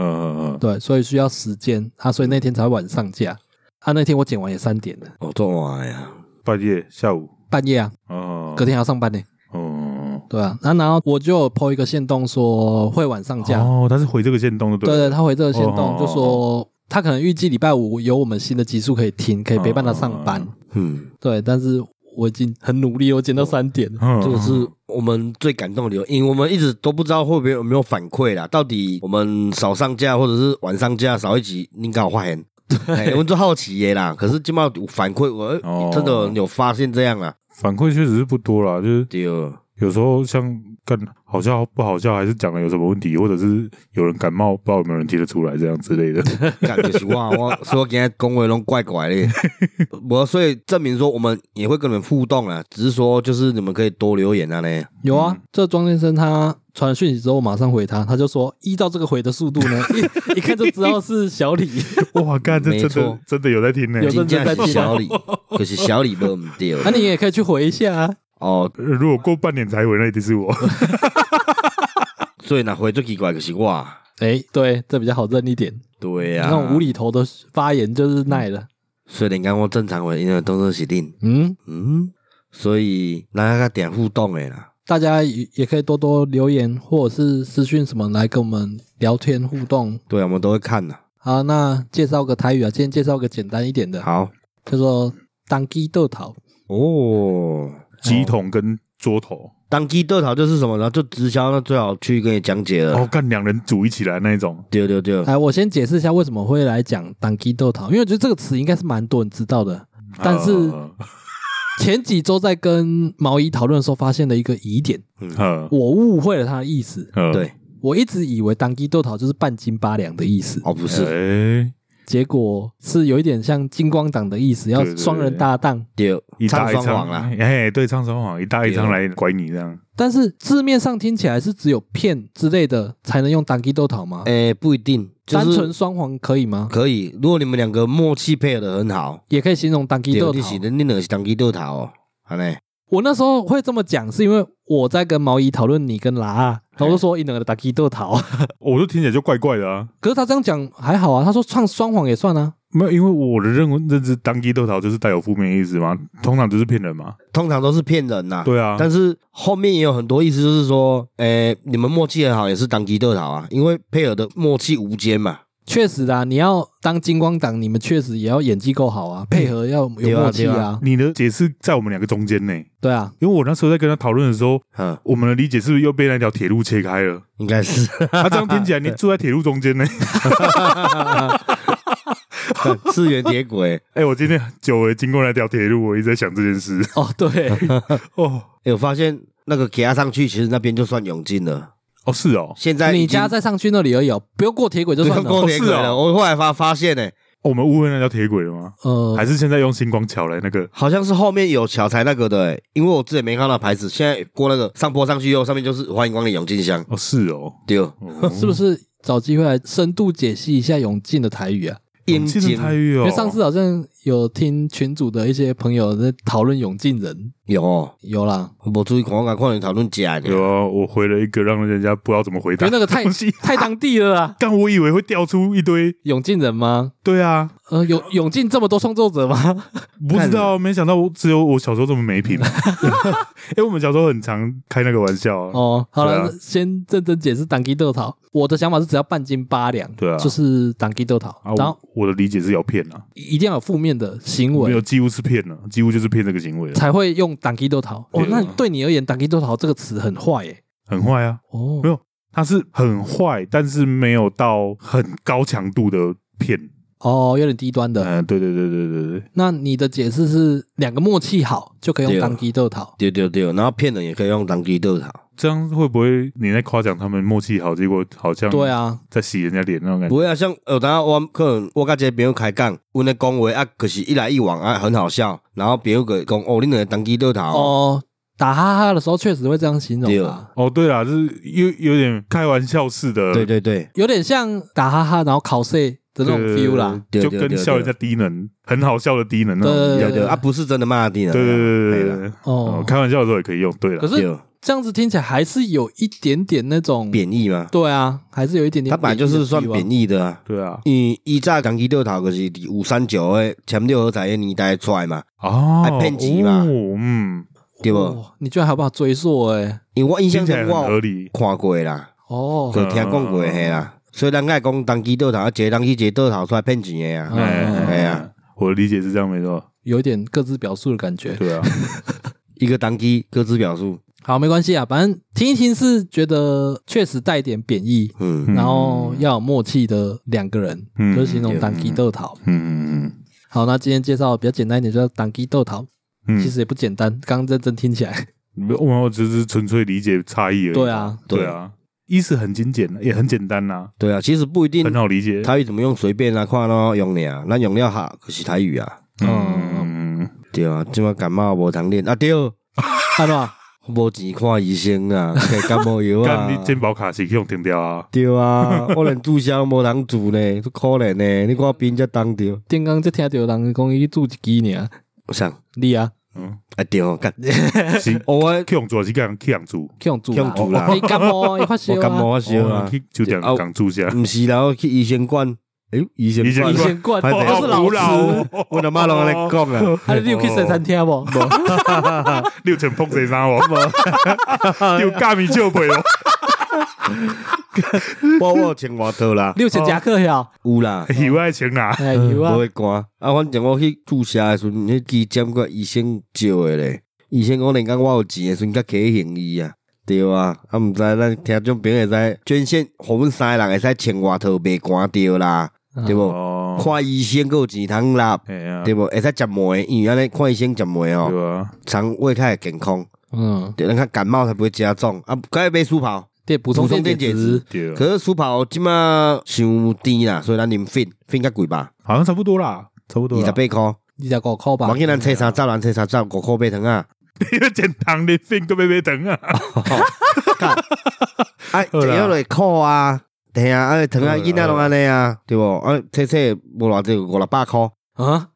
[SPEAKER 3] 嗯
[SPEAKER 1] 对，所以需要时间啊，所以那天才晚上架。啊，那天我剪完也三点了，
[SPEAKER 2] 哦，对哇呀，
[SPEAKER 3] 嗯，半夜下午，
[SPEAKER 1] 半夜啊，
[SPEAKER 3] 哦，
[SPEAKER 1] 隔天还要上班呢、
[SPEAKER 3] 哦，
[SPEAKER 1] 对啊，然后然后我就有 po 一个线动说会晚上架，
[SPEAKER 3] 哦，他是回这个线动的，
[SPEAKER 1] 对对，他回这个线动就
[SPEAKER 3] 哦
[SPEAKER 1] 说他可能预计礼拜五有我们新的集数可以听，可以陪伴他上班，
[SPEAKER 3] 哦
[SPEAKER 2] 嗯，
[SPEAKER 1] 对，但是我已经很努力，我剪到三点了，
[SPEAKER 3] 嗯，
[SPEAKER 2] 这个是我们最感动的理由，因为我们一直都不知道会不会有没有反馈啦。到底我们少上架或者是晚上架少一集，你搞发 现？哎我们就好奇耶啦。可是今麦有反馈，我
[SPEAKER 3] 哦
[SPEAKER 2] 哎真的有发现这样啦。
[SPEAKER 3] 反馈确实是不多啦，就是
[SPEAKER 2] 对哦，
[SPEAKER 3] 有时候像干好笑不好笑，还是讲了有什么问题，或者是有人感冒，不知道有没有人听得出来这样之 类的。
[SPEAKER 2] 感觉是哇，我说今天恭维拢怪怪 的，我所以证明说我们也会跟你们互动啊，只是说就是你们可以多留言啊呢。
[SPEAKER 1] 有啊，这庄先生他传讯息之后，我马上回他，他就说依照这个回的速度呢，一一看就知道是小李，
[SPEAKER 3] 哇，干这
[SPEAKER 2] 没
[SPEAKER 3] 真
[SPEAKER 2] 错
[SPEAKER 3] 的真的有在听呢、
[SPEAKER 1] 有
[SPEAKER 2] 真
[SPEAKER 1] 认真在
[SPEAKER 2] 正
[SPEAKER 1] 听
[SPEAKER 2] 是小李，可是小李无唔对
[SPEAKER 1] 那、啊你也可以去回一下啊。
[SPEAKER 2] 哦，
[SPEAKER 3] 呃如果过半年才回，那一定是我。
[SPEAKER 2] 所以那回最奇怪就是我。啊
[SPEAKER 1] 哎，对，这比较好认一点。
[SPEAKER 2] 对呀、
[SPEAKER 1] 那种无厘头的发言就是耐了。
[SPEAKER 2] 虽然讲我正常回，因为都是是定，
[SPEAKER 1] 嗯，
[SPEAKER 2] 嗯，所以那个点互动的啦。
[SPEAKER 1] 大家也也可以多多留言或者是私讯什么来跟我们聊天互动。
[SPEAKER 2] 对啊，我们都会看的。
[SPEAKER 1] 好，那介绍个台语啊，今天介绍个简单一点的，
[SPEAKER 2] 好
[SPEAKER 1] 叫做当机豆桃。
[SPEAKER 2] 哦，
[SPEAKER 3] 鸡桶跟桌头，
[SPEAKER 2] 当机豆桃就是什么呢？就直销，那最好去跟你讲解了。
[SPEAKER 3] 哦，干两人组一起来那一种。
[SPEAKER 2] 对对对，
[SPEAKER 1] 来，哎我先解释一下为什么会来讲当机豆桃，因为我觉得这个词应该是蛮多人知道的。但是
[SPEAKER 3] 呃
[SPEAKER 1] 前几周在跟毛姨讨论的时候，发现了一个疑点，
[SPEAKER 3] 呃
[SPEAKER 1] 我误会了他的意思。
[SPEAKER 3] 呃
[SPEAKER 2] 对，
[SPEAKER 1] 我一直以为当机豆桃就是半斤八两的意思。
[SPEAKER 2] 哦不是，
[SPEAKER 3] 哎，
[SPEAKER 1] 结果是有一点像金光党的意思，要
[SPEAKER 3] 对对对
[SPEAKER 1] 双人搭档。
[SPEAKER 2] 对，
[SPEAKER 3] 一
[SPEAKER 2] 唱
[SPEAKER 3] 大一
[SPEAKER 2] 双
[SPEAKER 3] 唱
[SPEAKER 2] 簧啦，，
[SPEAKER 3] 哎，对，唱双簧，一大一唱来拐你这样。
[SPEAKER 1] 但是字面上听起来是只有骗之类的才能用当机豆桃吗？
[SPEAKER 2] 诶，不一定，哎就
[SPEAKER 1] 单纯
[SPEAKER 2] 是
[SPEAKER 1] 双簧可以吗？
[SPEAKER 2] 可以。如果你们两个默契配合的很好，
[SPEAKER 1] 也可以形容当机
[SPEAKER 2] 对
[SPEAKER 1] 豆，桃
[SPEAKER 2] 你。是你两个是当机豆桃哦，好嘞，
[SPEAKER 1] 我那时候会这么讲，是因为我在跟毛姨讨论你跟拉啊，然后我就说一两个当机豆桃。
[SPEAKER 3] 我就听起来就怪怪的 啊。
[SPEAKER 1] 可是他这样讲还好啊，他说唱双簧也算啊。
[SPEAKER 3] 没有，因为我的认认知，当机豆桃就是带有负面意思嘛，通常就是骗人嘛。
[SPEAKER 2] 通常都是骗人呐。
[SPEAKER 3] 对啊，
[SPEAKER 2] 但是后面也有很多意思，就是说，诶，你们默契很好，也是当机豆桃啊，因为配合的默契无间嘛。
[SPEAKER 1] 确实啊，你要当金光党，你们确实也要演技够好啊，配合要有
[SPEAKER 2] 对啊
[SPEAKER 1] 默契
[SPEAKER 2] 对
[SPEAKER 1] 啊。
[SPEAKER 3] 你的解释在我们两个中间呢，
[SPEAKER 1] 对啊，
[SPEAKER 3] 因为我那时候在跟他讨论的时候，
[SPEAKER 2] 嗯，
[SPEAKER 3] 我们的理解是不是又被那条铁路切开了？
[SPEAKER 2] 应该是
[SPEAKER 3] 他、这样听起来，你住在铁路中间呢，
[SPEAKER 2] 看次元铁轨。
[SPEAKER 3] 哎、我今天久违经过那条铁路，我一直在想这件事。
[SPEAKER 1] 哦，对，
[SPEAKER 3] 哦，
[SPEAKER 2] 哎，我发现那个给他上去，其实那边就算永进了。
[SPEAKER 3] 哦，是哦，
[SPEAKER 2] 现在
[SPEAKER 1] 你
[SPEAKER 2] 已经啊
[SPEAKER 1] 家在上去那里而已、哦，不用过铁轨就
[SPEAKER 2] 不
[SPEAKER 1] 算
[SPEAKER 2] 用
[SPEAKER 1] 了。
[SPEAKER 2] 过铁轨
[SPEAKER 3] 哦是
[SPEAKER 2] 了。
[SPEAKER 3] 哦
[SPEAKER 2] 我后来发发现呢，
[SPEAKER 3] 我们误会那条铁轨了吗？
[SPEAKER 1] 呃
[SPEAKER 3] 还，是现在用星光桥来那个？
[SPEAKER 2] 好像是后面有桥才那个的欸，因为我之前没看到牌子，现在过那个上坡上去以后，上面就是欢迎光临永进乡。
[SPEAKER 3] 哦，是哦，
[SPEAKER 2] 对，
[SPEAKER 3] 哦
[SPEAKER 1] 是不是找机会来深度解析一下永进的台语啊？
[SPEAKER 2] 永
[SPEAKER 3] 记得
[SPEAKER 2] 进
[SPEAKER 3] 台语
[SPEAKER 1] 因
[SPEAKER 3] 哦，
[SPEAKER 1] 为上次好像有听群主的一些朋友在讨论永进人，
[SPEAKER 2] 有哦，
[SPEAKER 1] 有啦，
[SPEAKER 2] 我没注意看，我敢看你讨论假的。
[SPEAKER 3] 有啊，我回了一个让人家不知道怎么回
[SPEAKER 1] 因
[SPEAKER 3] 答
[SPEAKER 1] 为那个太
[SPEAKER 3] 东西。
[SPEAKER 1] 太当地了啦。
[SPEAKER 3] 但我以为会掉出一堆，
[SPEAKER 1] 永进人吗？
[SPEAKER 3] 对啊，
[SPEAKER 1] 呃，永永进这么多创作者吗？
[SPEAKER 3] 不知道，没想到我只有我小时候这 么没品。 哎、我们小时候很常开那个玩笑啊。
[SPEAKER 1] 哦，好了，
[SPEAKER 3] 对
[SPEAKER 1] 先认真解释党基豆桃。我的想法是只要半斤八两，
[SPEAKER 3] 对啊
[SPEAKER 1] 就是党基豆桃，
[SPEAKER 3] 啊，
[SPEAKER 1] 然后
[SPEAKER 3] 我我的理解是要骗啊，
[SPEAKER 1] 一定要有负面的行
[SPEAKER 3] 没
[SPEAKER 1] 为
[SPEAKER 3] 有，。几乎是骗了，几乎就是骗这个行为了，啊
[SPEAKER 1] 才会用党基豆桃。哦
[SPEAKER 3] 对，
[SPEAKER 1] 那对你而言，党基豆桃这个词很坏耶。
[SPEAKER 3] 很坏啊。
[SPEAKER 1] 哦
[SPEAKER 3] 没，有，它是很坏，但是没有到很高强度的骗。
[SPEAKER 1] 哦，有点低端的。
[SPEAKER 3] 嗯，对对对对对对，
[SPEAKER 1] 那你的解释是两个默契好就可以用
[SPEAKER 2] 对啊
[SPEAKER 1] 党基豆桃。
[SPEAKER 2] 对对对，然后骗人也可以用当地豆桃，
[SPEAKER 3] 这样会不会你在夸奖他们默契好，结果好像
[SPEAKER 1] 对啊，
[SPEAKER 3] 在洗人家脸那种感觉？
[SPEAKER 2] 不会啊，像有当我可能我甲一个朋友开讲，阮咧讲话啊，可是一来一往啊，很好笑，然后朋友个讲哦，你两个当地豆桃哦，
[SPEAKER 1] 哦，打哈哈的时候确实会这样形容
[SPEAKER 2] 对
[SPEAKER 1] 啊
[SPEAKER 2] 啊，
[SPEAKER 3] 哦，对啦，就是有有点开玩笑似的，
[SPEAKER 2] 对对对，
[SPEAKER 1] 有点像打哈哈然后考试的那种 feel 啦。
[SPEAKER 2] 对
[SPEAKER 3] 就
[SPEAKER 2] 对对
[SPEAKER 3] 跟笑人家低能，很好笑的低能那
[SPEAKER 1] 对
[SPEAKER 3] 种一
[SPEAKER 1] 对
[SPEAKER 3] 样
[SPEAKER 2] 对。对啊，不是真的骂地人啊，
[SPEAKER 3] 对对对对
[SPEAKER 2] 对
[SPEAKER 3] 对，
[SPEAKER 1] 哦
[SPEAKER 3] 哦，，开玩笑的时候也可以用。对
[SPEAKER 1] 可
[SPEAKER 3] 了，
[SPEAKER 1] 是
[SPEAKER 2] 对，
[SPEAKER 1] 这样子听起来还是有一点点那种，
[SPEAKER 2] 贬义嘛，
[SPEAKER 1] 对啊，还是有一点点
[SPEAKER 2] 他
[SPEAKER 1] 贬义的 feel 啊。
[SPEAKER 2] 本来就是算贬义的啊。
[SPEAKER 3] 对啊，
[SPEAKER 2] 伊伊早当地豆桃就是伫五三九诶前六合彩诶年代出来嘛，
[SPEAKER 3] 哦，
[SPEAKER 2] 还骗钱嘛
[SPEAKER 3] 哦嗯，
[SPEAKER 2] 对不
[SPEAKER 1] 哦你居然还有办法追溯哎。
[SPEAKER 2] 因为我印
[SPEAKER 3] 听
[SPEAKER 2] 象哦
[SPEAKER 3] 起来
[SPEAKER 2] 中
[SPEAKER 3] 很
[SPEAKER 2] 我
[SPEAKER 3] 合
[SPEAKER 2] 有
[SPEAKER 3] 理。
[SPEAKER 2] 看过的啦，
[SPEAKER 1] 哦，
[SPEAKER 2] 就听讲过的嘿啦，所以咱爱讲当地豆桃，啊一个当地一个豆桃出来骗钱诶啊
[SPEAKER 1] 嗯，
[SPEAKER 3] 哎
[SPEAKER 2] 哎呀，
[SPEAKER 3] 我的理解是这样没错。
[SPEAKER 1] 有一点各自表述的感觉。
[SPEAKER 3] 对啊，
[SPEAKER 2] 一个当地各自表述，
[SPEAKER 1] 好，没关系啊，反正听一听是觉得确实带一点贬义，
[SPEAKER 2] 嗯。
[SPEAKER 3] 嗯
[SPEAKER 1] 然后要有默契的两个人，
[SPEAKER 3] 嗯
[SPEAKER 1] 就是形容
[SPEAKER 2] 对
[SPEAKER 1] 党基豆桃。
[SPEAKER 3] 嗯嗯
[SPEAKER 1] 好，那今天介绍比较简单一点，叫党基豆桃，
[SPEAKER 3] 嗯
[SPEAKER 1] 其实也不简单，刚刚认真听起来，
[SPEAKER 3] 没有，我只是纯粹理解差异而已。
[SPEAKER 1] 对啊，
[SPEAKER 3] 对啊，意思很精简，也很简单呐，
[SPEAKER 2] 对啊，其实不一定
[SPEAKER 3] 很好理解。
[SPEAKER 2] 台语怎么用随便啊，看咯用俩，咱用了哈，可是台语啊，
[SPEAKER 3] 嗯，
[SPEAKER 2] 对啊，即马感冒无通练啊，对，
[SPEAKER 1] 看到吧？
[SPEAKER 2] 无钱看医生啊，开感冒药啊
[SPEAKER 3] 干，你健保卡是用停掉啊？
[SPEAKER 2] 对啊，我连注销无人做呢，都可怜呢，你看我边才当着，
[SPEAKER 1] 电刚就听到人讲伊住一几年，
[SPEAKER 2] 我想
[SPEAKER 1] 你啊，
[SPEAKER 3] 嗯，
[SPEAKER 2] 啊对哦，干，
[SPEAKER 3] 是
[SPEAKER 2] 哦我
[SPEAKER 3] 去用做是讲去用住，
[SPEAKER 1] 去用住哦
[SPEAKER 2] 去用住啦
[SPEAKER 1] 你感冒，你发烧
[SPEAKER 2] 我感
[SPEAKER 1] 啊，
[SPEAKER 2] 冒烧
[SPEAKER 3] 哦
[SPEAKER 2] 啊，
[SPEAKER 3] 去酒店
[SPEAKER 2] 啊
[SPEAKER 3] 讲住下。
[SPEAKER 2] 毋是啦，我去医生馆，哎，医生
[SPEAKER 3] 医生
[SPEAKER 2] 馆
[SPEAKER 1] 以
[SPEAKER 3] 馆，
[SPEAKER 1] 前惯
[SPEAKER 2] 还得
[SPEAKER 1] 都是
[SPEAKER 3] 好古
[SPEAKER 1] 老
[SPEAKER 3] 老
[SPEAKER 1] 师，
[SPEAKER 3] 哦
[SPEAKER 2] 我阿妈拢安尼讲啊，
[SPEAKER 1] 啊，你有去西餐厅无？
[SPEAKER 3] 六层碰 谁杀我？哦
[SPEAKER 2] 哦
[SPEAKER 3] 有咖米酒杯哦，
[SPEAKER 2] 我我有穿外套啦，
[SPEAKER 1] 你有请夹克呀？
[SPEAKER 2] 有啦。
[SPEAKER 3] 以外钱啊，
[SPEAKER 1] 哎，有啊
[SPEAKER 2] 不，会寒啊，反正我去注射的时阵，迄支针过医生借的咧。医生讲，连讲我有钱的时阵，才起行医啊。对啊，啊，毋知咱听众朋友会使捐献，互阮三个人会使穿外套袂寒着啦，
[SPEAKER 1] 啊
[SPEAKER 2] 对无？
[SPEAKER 3] 哦，
[SPEAKER 2] 看医生还有钱通拿，
[SPEAKER 3] 哎呀，
[SPEAKER 2] 对无？会使食糜，因为安尼看医生食糜哦，
[SPEAKER 3] 对啊，
[SPEAKER 2] 肠胃较会健康。
[SPEAKER 1] 嗯，
[SPEAKER 2] 对，咱较感冒才不会加重啊，该买舒跑。
[SPEAKER 1] 对，补充
[SPEAKER 2] 补充
[SPEAKER 1] 电解
[SPEAKER 2] 电解
[SPEAKER 1] 质
[SPEAKER 2] 质，
[SPEAKER 3] 对啊，
[SPEAKER 2] 可是舒跑即马伤甜啦，所以咱啉粉粉较贵吧，
[SPEAKER 3] 好像差不多啦，差不
[SPEAKER 2] 二
[SPEAKER 3] 多啦。
[SPEAKER 2] 十八箍。
[SPEAKER 1] 你才搞扣吧
[SPEAKER 2] 我？见咱车三十，咱车三十五块买 糖啊！哦
[SPEAKER 3] 你要剪糖，你变个贝贝疼啊！
[SPEAKER 2] 啊，
[SPEAKER 3] 好啦
[SPEAKER 2] 这样就会苦啊，对啊，啊糖啊，囡仔拢安尼啊，对无？啊，车车无偌济，五六百箍，
[SPEAKER 1] 啊，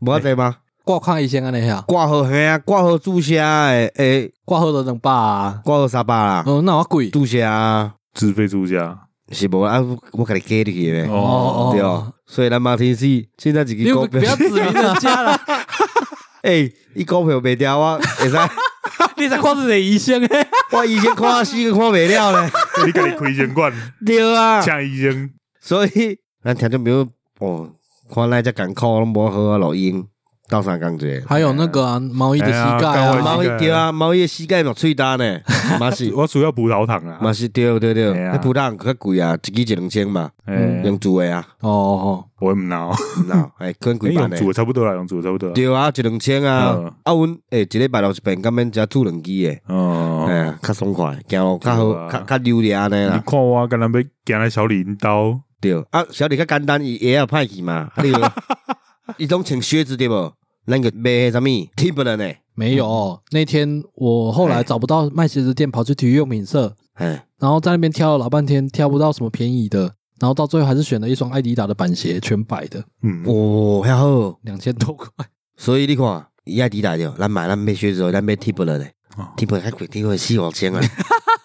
[SPEAKER 2] 无偌济吗？
[SPEAKER 1] 挂看医生安尼呀，
[SPEAKER 2] 挂号嘿啊，挂号注射啊诶诶，
[SPEAKER 1] 挂号都两百啊，
[SPEAKER 2] 挂号三百啦，
[SPEAKER 1] 哦，那我贵
[SPEAKER 2] 注射啊，
[SPEAKER 3] 自费出家
[SPEAKER 2] 是无啊？我甲你加入去咧，
[SPEAKER 1] 哦哦，
[SPEAKER 2] 对
[SPEAKER 1] 哦
[SPEAKER 2] 哦。所以咱马天死，现在一
[SPEAKER 1] 你
[SPEAKER 2] 支股
[SPEAKER 1] 不不
[SPEAKER 2] 票
[SPEAKER 1] 要，指名人 家了，
[SPEAKER 2] 诶，伊股票卖掉 我，会使，
[SPEAKER 1] 你才看是谁医生诶？
[SPEAKER 2] 我以前看死都看袂 了咧，
[SPEAKER 3] 你给你开钱罐，
[SPEAKER 2] 对 啊，
[SPEAKER 3] 请医生，
[SPEAKER 2] 所以咱听众朋友哦，看咱遮艰苦拢无好好录音，到三钢节，
[SPEAKER 1] 还有那个啊，毛衣的膝盖
[SPEAKER 3] 哎呀干
[SPEAKER 1] 啊
[SPEAKER 3] 我
[SPEAKER 2] 猫
[SPEAKER 3] 膝
[SPEAKER 2] 一
[SPEAKER 3] 盖
[SPEAKER 2] 对啊，猫的膝盖嘛脆大 呢，嘛是
[SPEAKER 3] 我主要葡萄糖啊啦
[SPEAKER 2] 嘛，是对对对，
[SPEAKER 3] 哎呀
[SPEAKER 2] 那葡萄较贵啊，一支一两千嘛，
[SPEAKER 3] 哎，
[SPEAKER 2] 用煮的 啊，
[SPEAKER 1] 哦哦，
[SPEAKER 3] 我唔闹，
[SPEAKER 2] 那哎，更
[SPEAKER 3] 哎
[SPEAKER 2] 贵
[SPEAKER 3] 用
[SPEAKER 2] 版的。
[SPEAKER 3] 煮的差不多啦，用煮的差不多啦。
[SPEAKER 2] 对啊，一两千啊
[SPEAKER 3] 嗯，
[SPEAKER 2] 啊，阮诶一礼拜六一遍，敢免食煮两支诶，
[SPEAKER 3] 哦，
[SPEAKER 2] 哎，较爽快，行路较
[SPEAKER 3] 对
[SPEAKER 2] 好，
[SPEAKER 3] 啊
[SPEAKER 2] 较较溜咧安尼
[SPEAKER 3] 你
[SPEAKER 2] 啦。
[SPEAKER 3] 看我敢若要行来小镰刀，
[SPEAKER 2] 对，啊，小弟较简单，伊鞋也歹去嘛，啊，你 有伊拢穿靴子对无？咱个买迄啥物 t i m b e r l 呢？
[SPEAKER 1] 没有。哦那天我后来找不到卖鞋子店，跑去体育用品社，
[SPEAKER 2] 哎，
[SPEAKER 1] 然后在那边挑了老半天，挑不到什么便宜的，然后到最后还是选了一双艾迪达的板鞋，全白的，
[SPEAKER 3] 嗯，
[SPEAKER 2] 哦，遐好，
[SPEAKER 1] 两千多块。
[SPEAKER 2] 所以你看，伊爱抵达着，咱买咱买靴子，咱买 t i m b e r l 呢
[SPEAKER 3] 哦
[SPEAKER 2] t i m b e r l 较贵，t i m b e r l 四五千啊，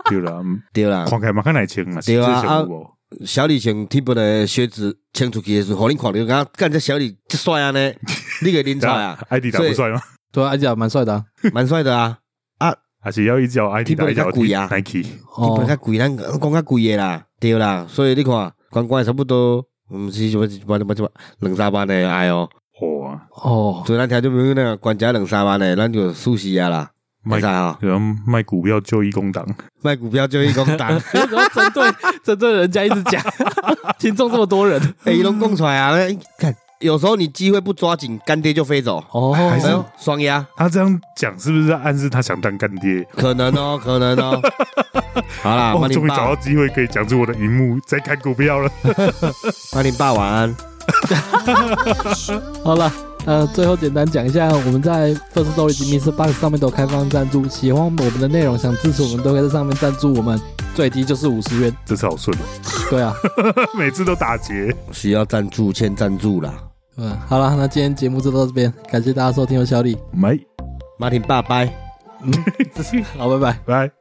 [SPEAKER 3] 对啦，嗯
[SPEAKER 2] 对啦。
[SPEAKER 3] 看起来嘛较耐穿啦，
[SPEAKER 2] 对啊
[SPEAKER 3] 这想有无，
[SPEAKER 2] 小李穿 t i m b e r l 的靴子穿出去的时候，互你看着，感觉干这小李这帅安尼，你个人才啊
[SPEAKER 3] 艾迪达
[SPEAKER 2] 所
[SPEAKER 3] 不
[SPEAKER 2] 以
[SPEAKER 3] 帅吗？
[SPEAKER 1] 对啊，艾迪达蛮帅的啊。
[SPEAKER 2] 蛮帅的啊。
[SPEAKER 3] 还是要一脚艾迪达，一脚
[SPEAKER 2] Timberland 较
[SPEAKER 3] Nike。
[SPEAKER 2] 日本较
[SPEAKER 1] 哦，
[SPEAKER 2] 贵，咱讲较贵诶啦，对啦，所以你看，关关差不多，毋是什么一万、一万、两三万诶，哎哟，
[SPEAKER 3] 哇，
[SPEAKER 1] 哦，
[SPEAKER 2] 所以咱听众朋友那个关家两三万诶，咱就熟悉啊啦，
[SPEAKER 3] 卖
[SPEAKER 2] 袂使吼，
[SPEAKER 3] 然后卖股票就义工党，
[SPEAKER 2] 卖股票就伊讲打，
[SPEAKER 1] 为什么针对针对人家一直 讲？听众这么多人
[SPEAKER 3] 嗯
[SPEAKER 2] 诶，伊拢讲出来啊，那看，有时候你机会不抓紧，干爹就飞走，
[SPEAKER 1] 哦，
[SPEAKER 3] 还是
[SPEAKER 2] 哎呦，双压，
[SPEAKER 3] 他这样讲是不是在暗示他想当干爹？
[SPEAKER 2] 可能 哦，可能哦，好啦，
[SPEAKER 3] 哦，
[SPEAKER 2] 啊马
[SPEAKER 3] 终
[SPEAKER 2] 林
[SPEAKER 3] 于找
[SPEAKER 2] 爸
[SPEAKER 3] 到，机会可以讲出我的荧幕在看股票了。
[SPEAKER 2] 马林爸晚安，
[SPEAKER 1] 好了，呃，最后简单讲一下，我们在 First Story 及 Mr. Box 上面都有开放赞助，喜欢我们的内容，想支持我们，都可以在上面赞助我们，最低就是五十元。
[SPEAKER 3] 这次好顺哦，
[SPEAKER 1] 对啊，
[SPEAKER 3] 每次都打结。
[SPEAKER 2] 需要赞助欠赞助啦，
[SPEAKER 1] 嗯，好了，那今天节目就到这边，感谢大家收听，我是小李，
[SPEAKER 3] 没，
[SPEAKER 2] 马林爸拜。
[SPEAKER 1] 好，拜拜。
[SPEAKER 3] 拜。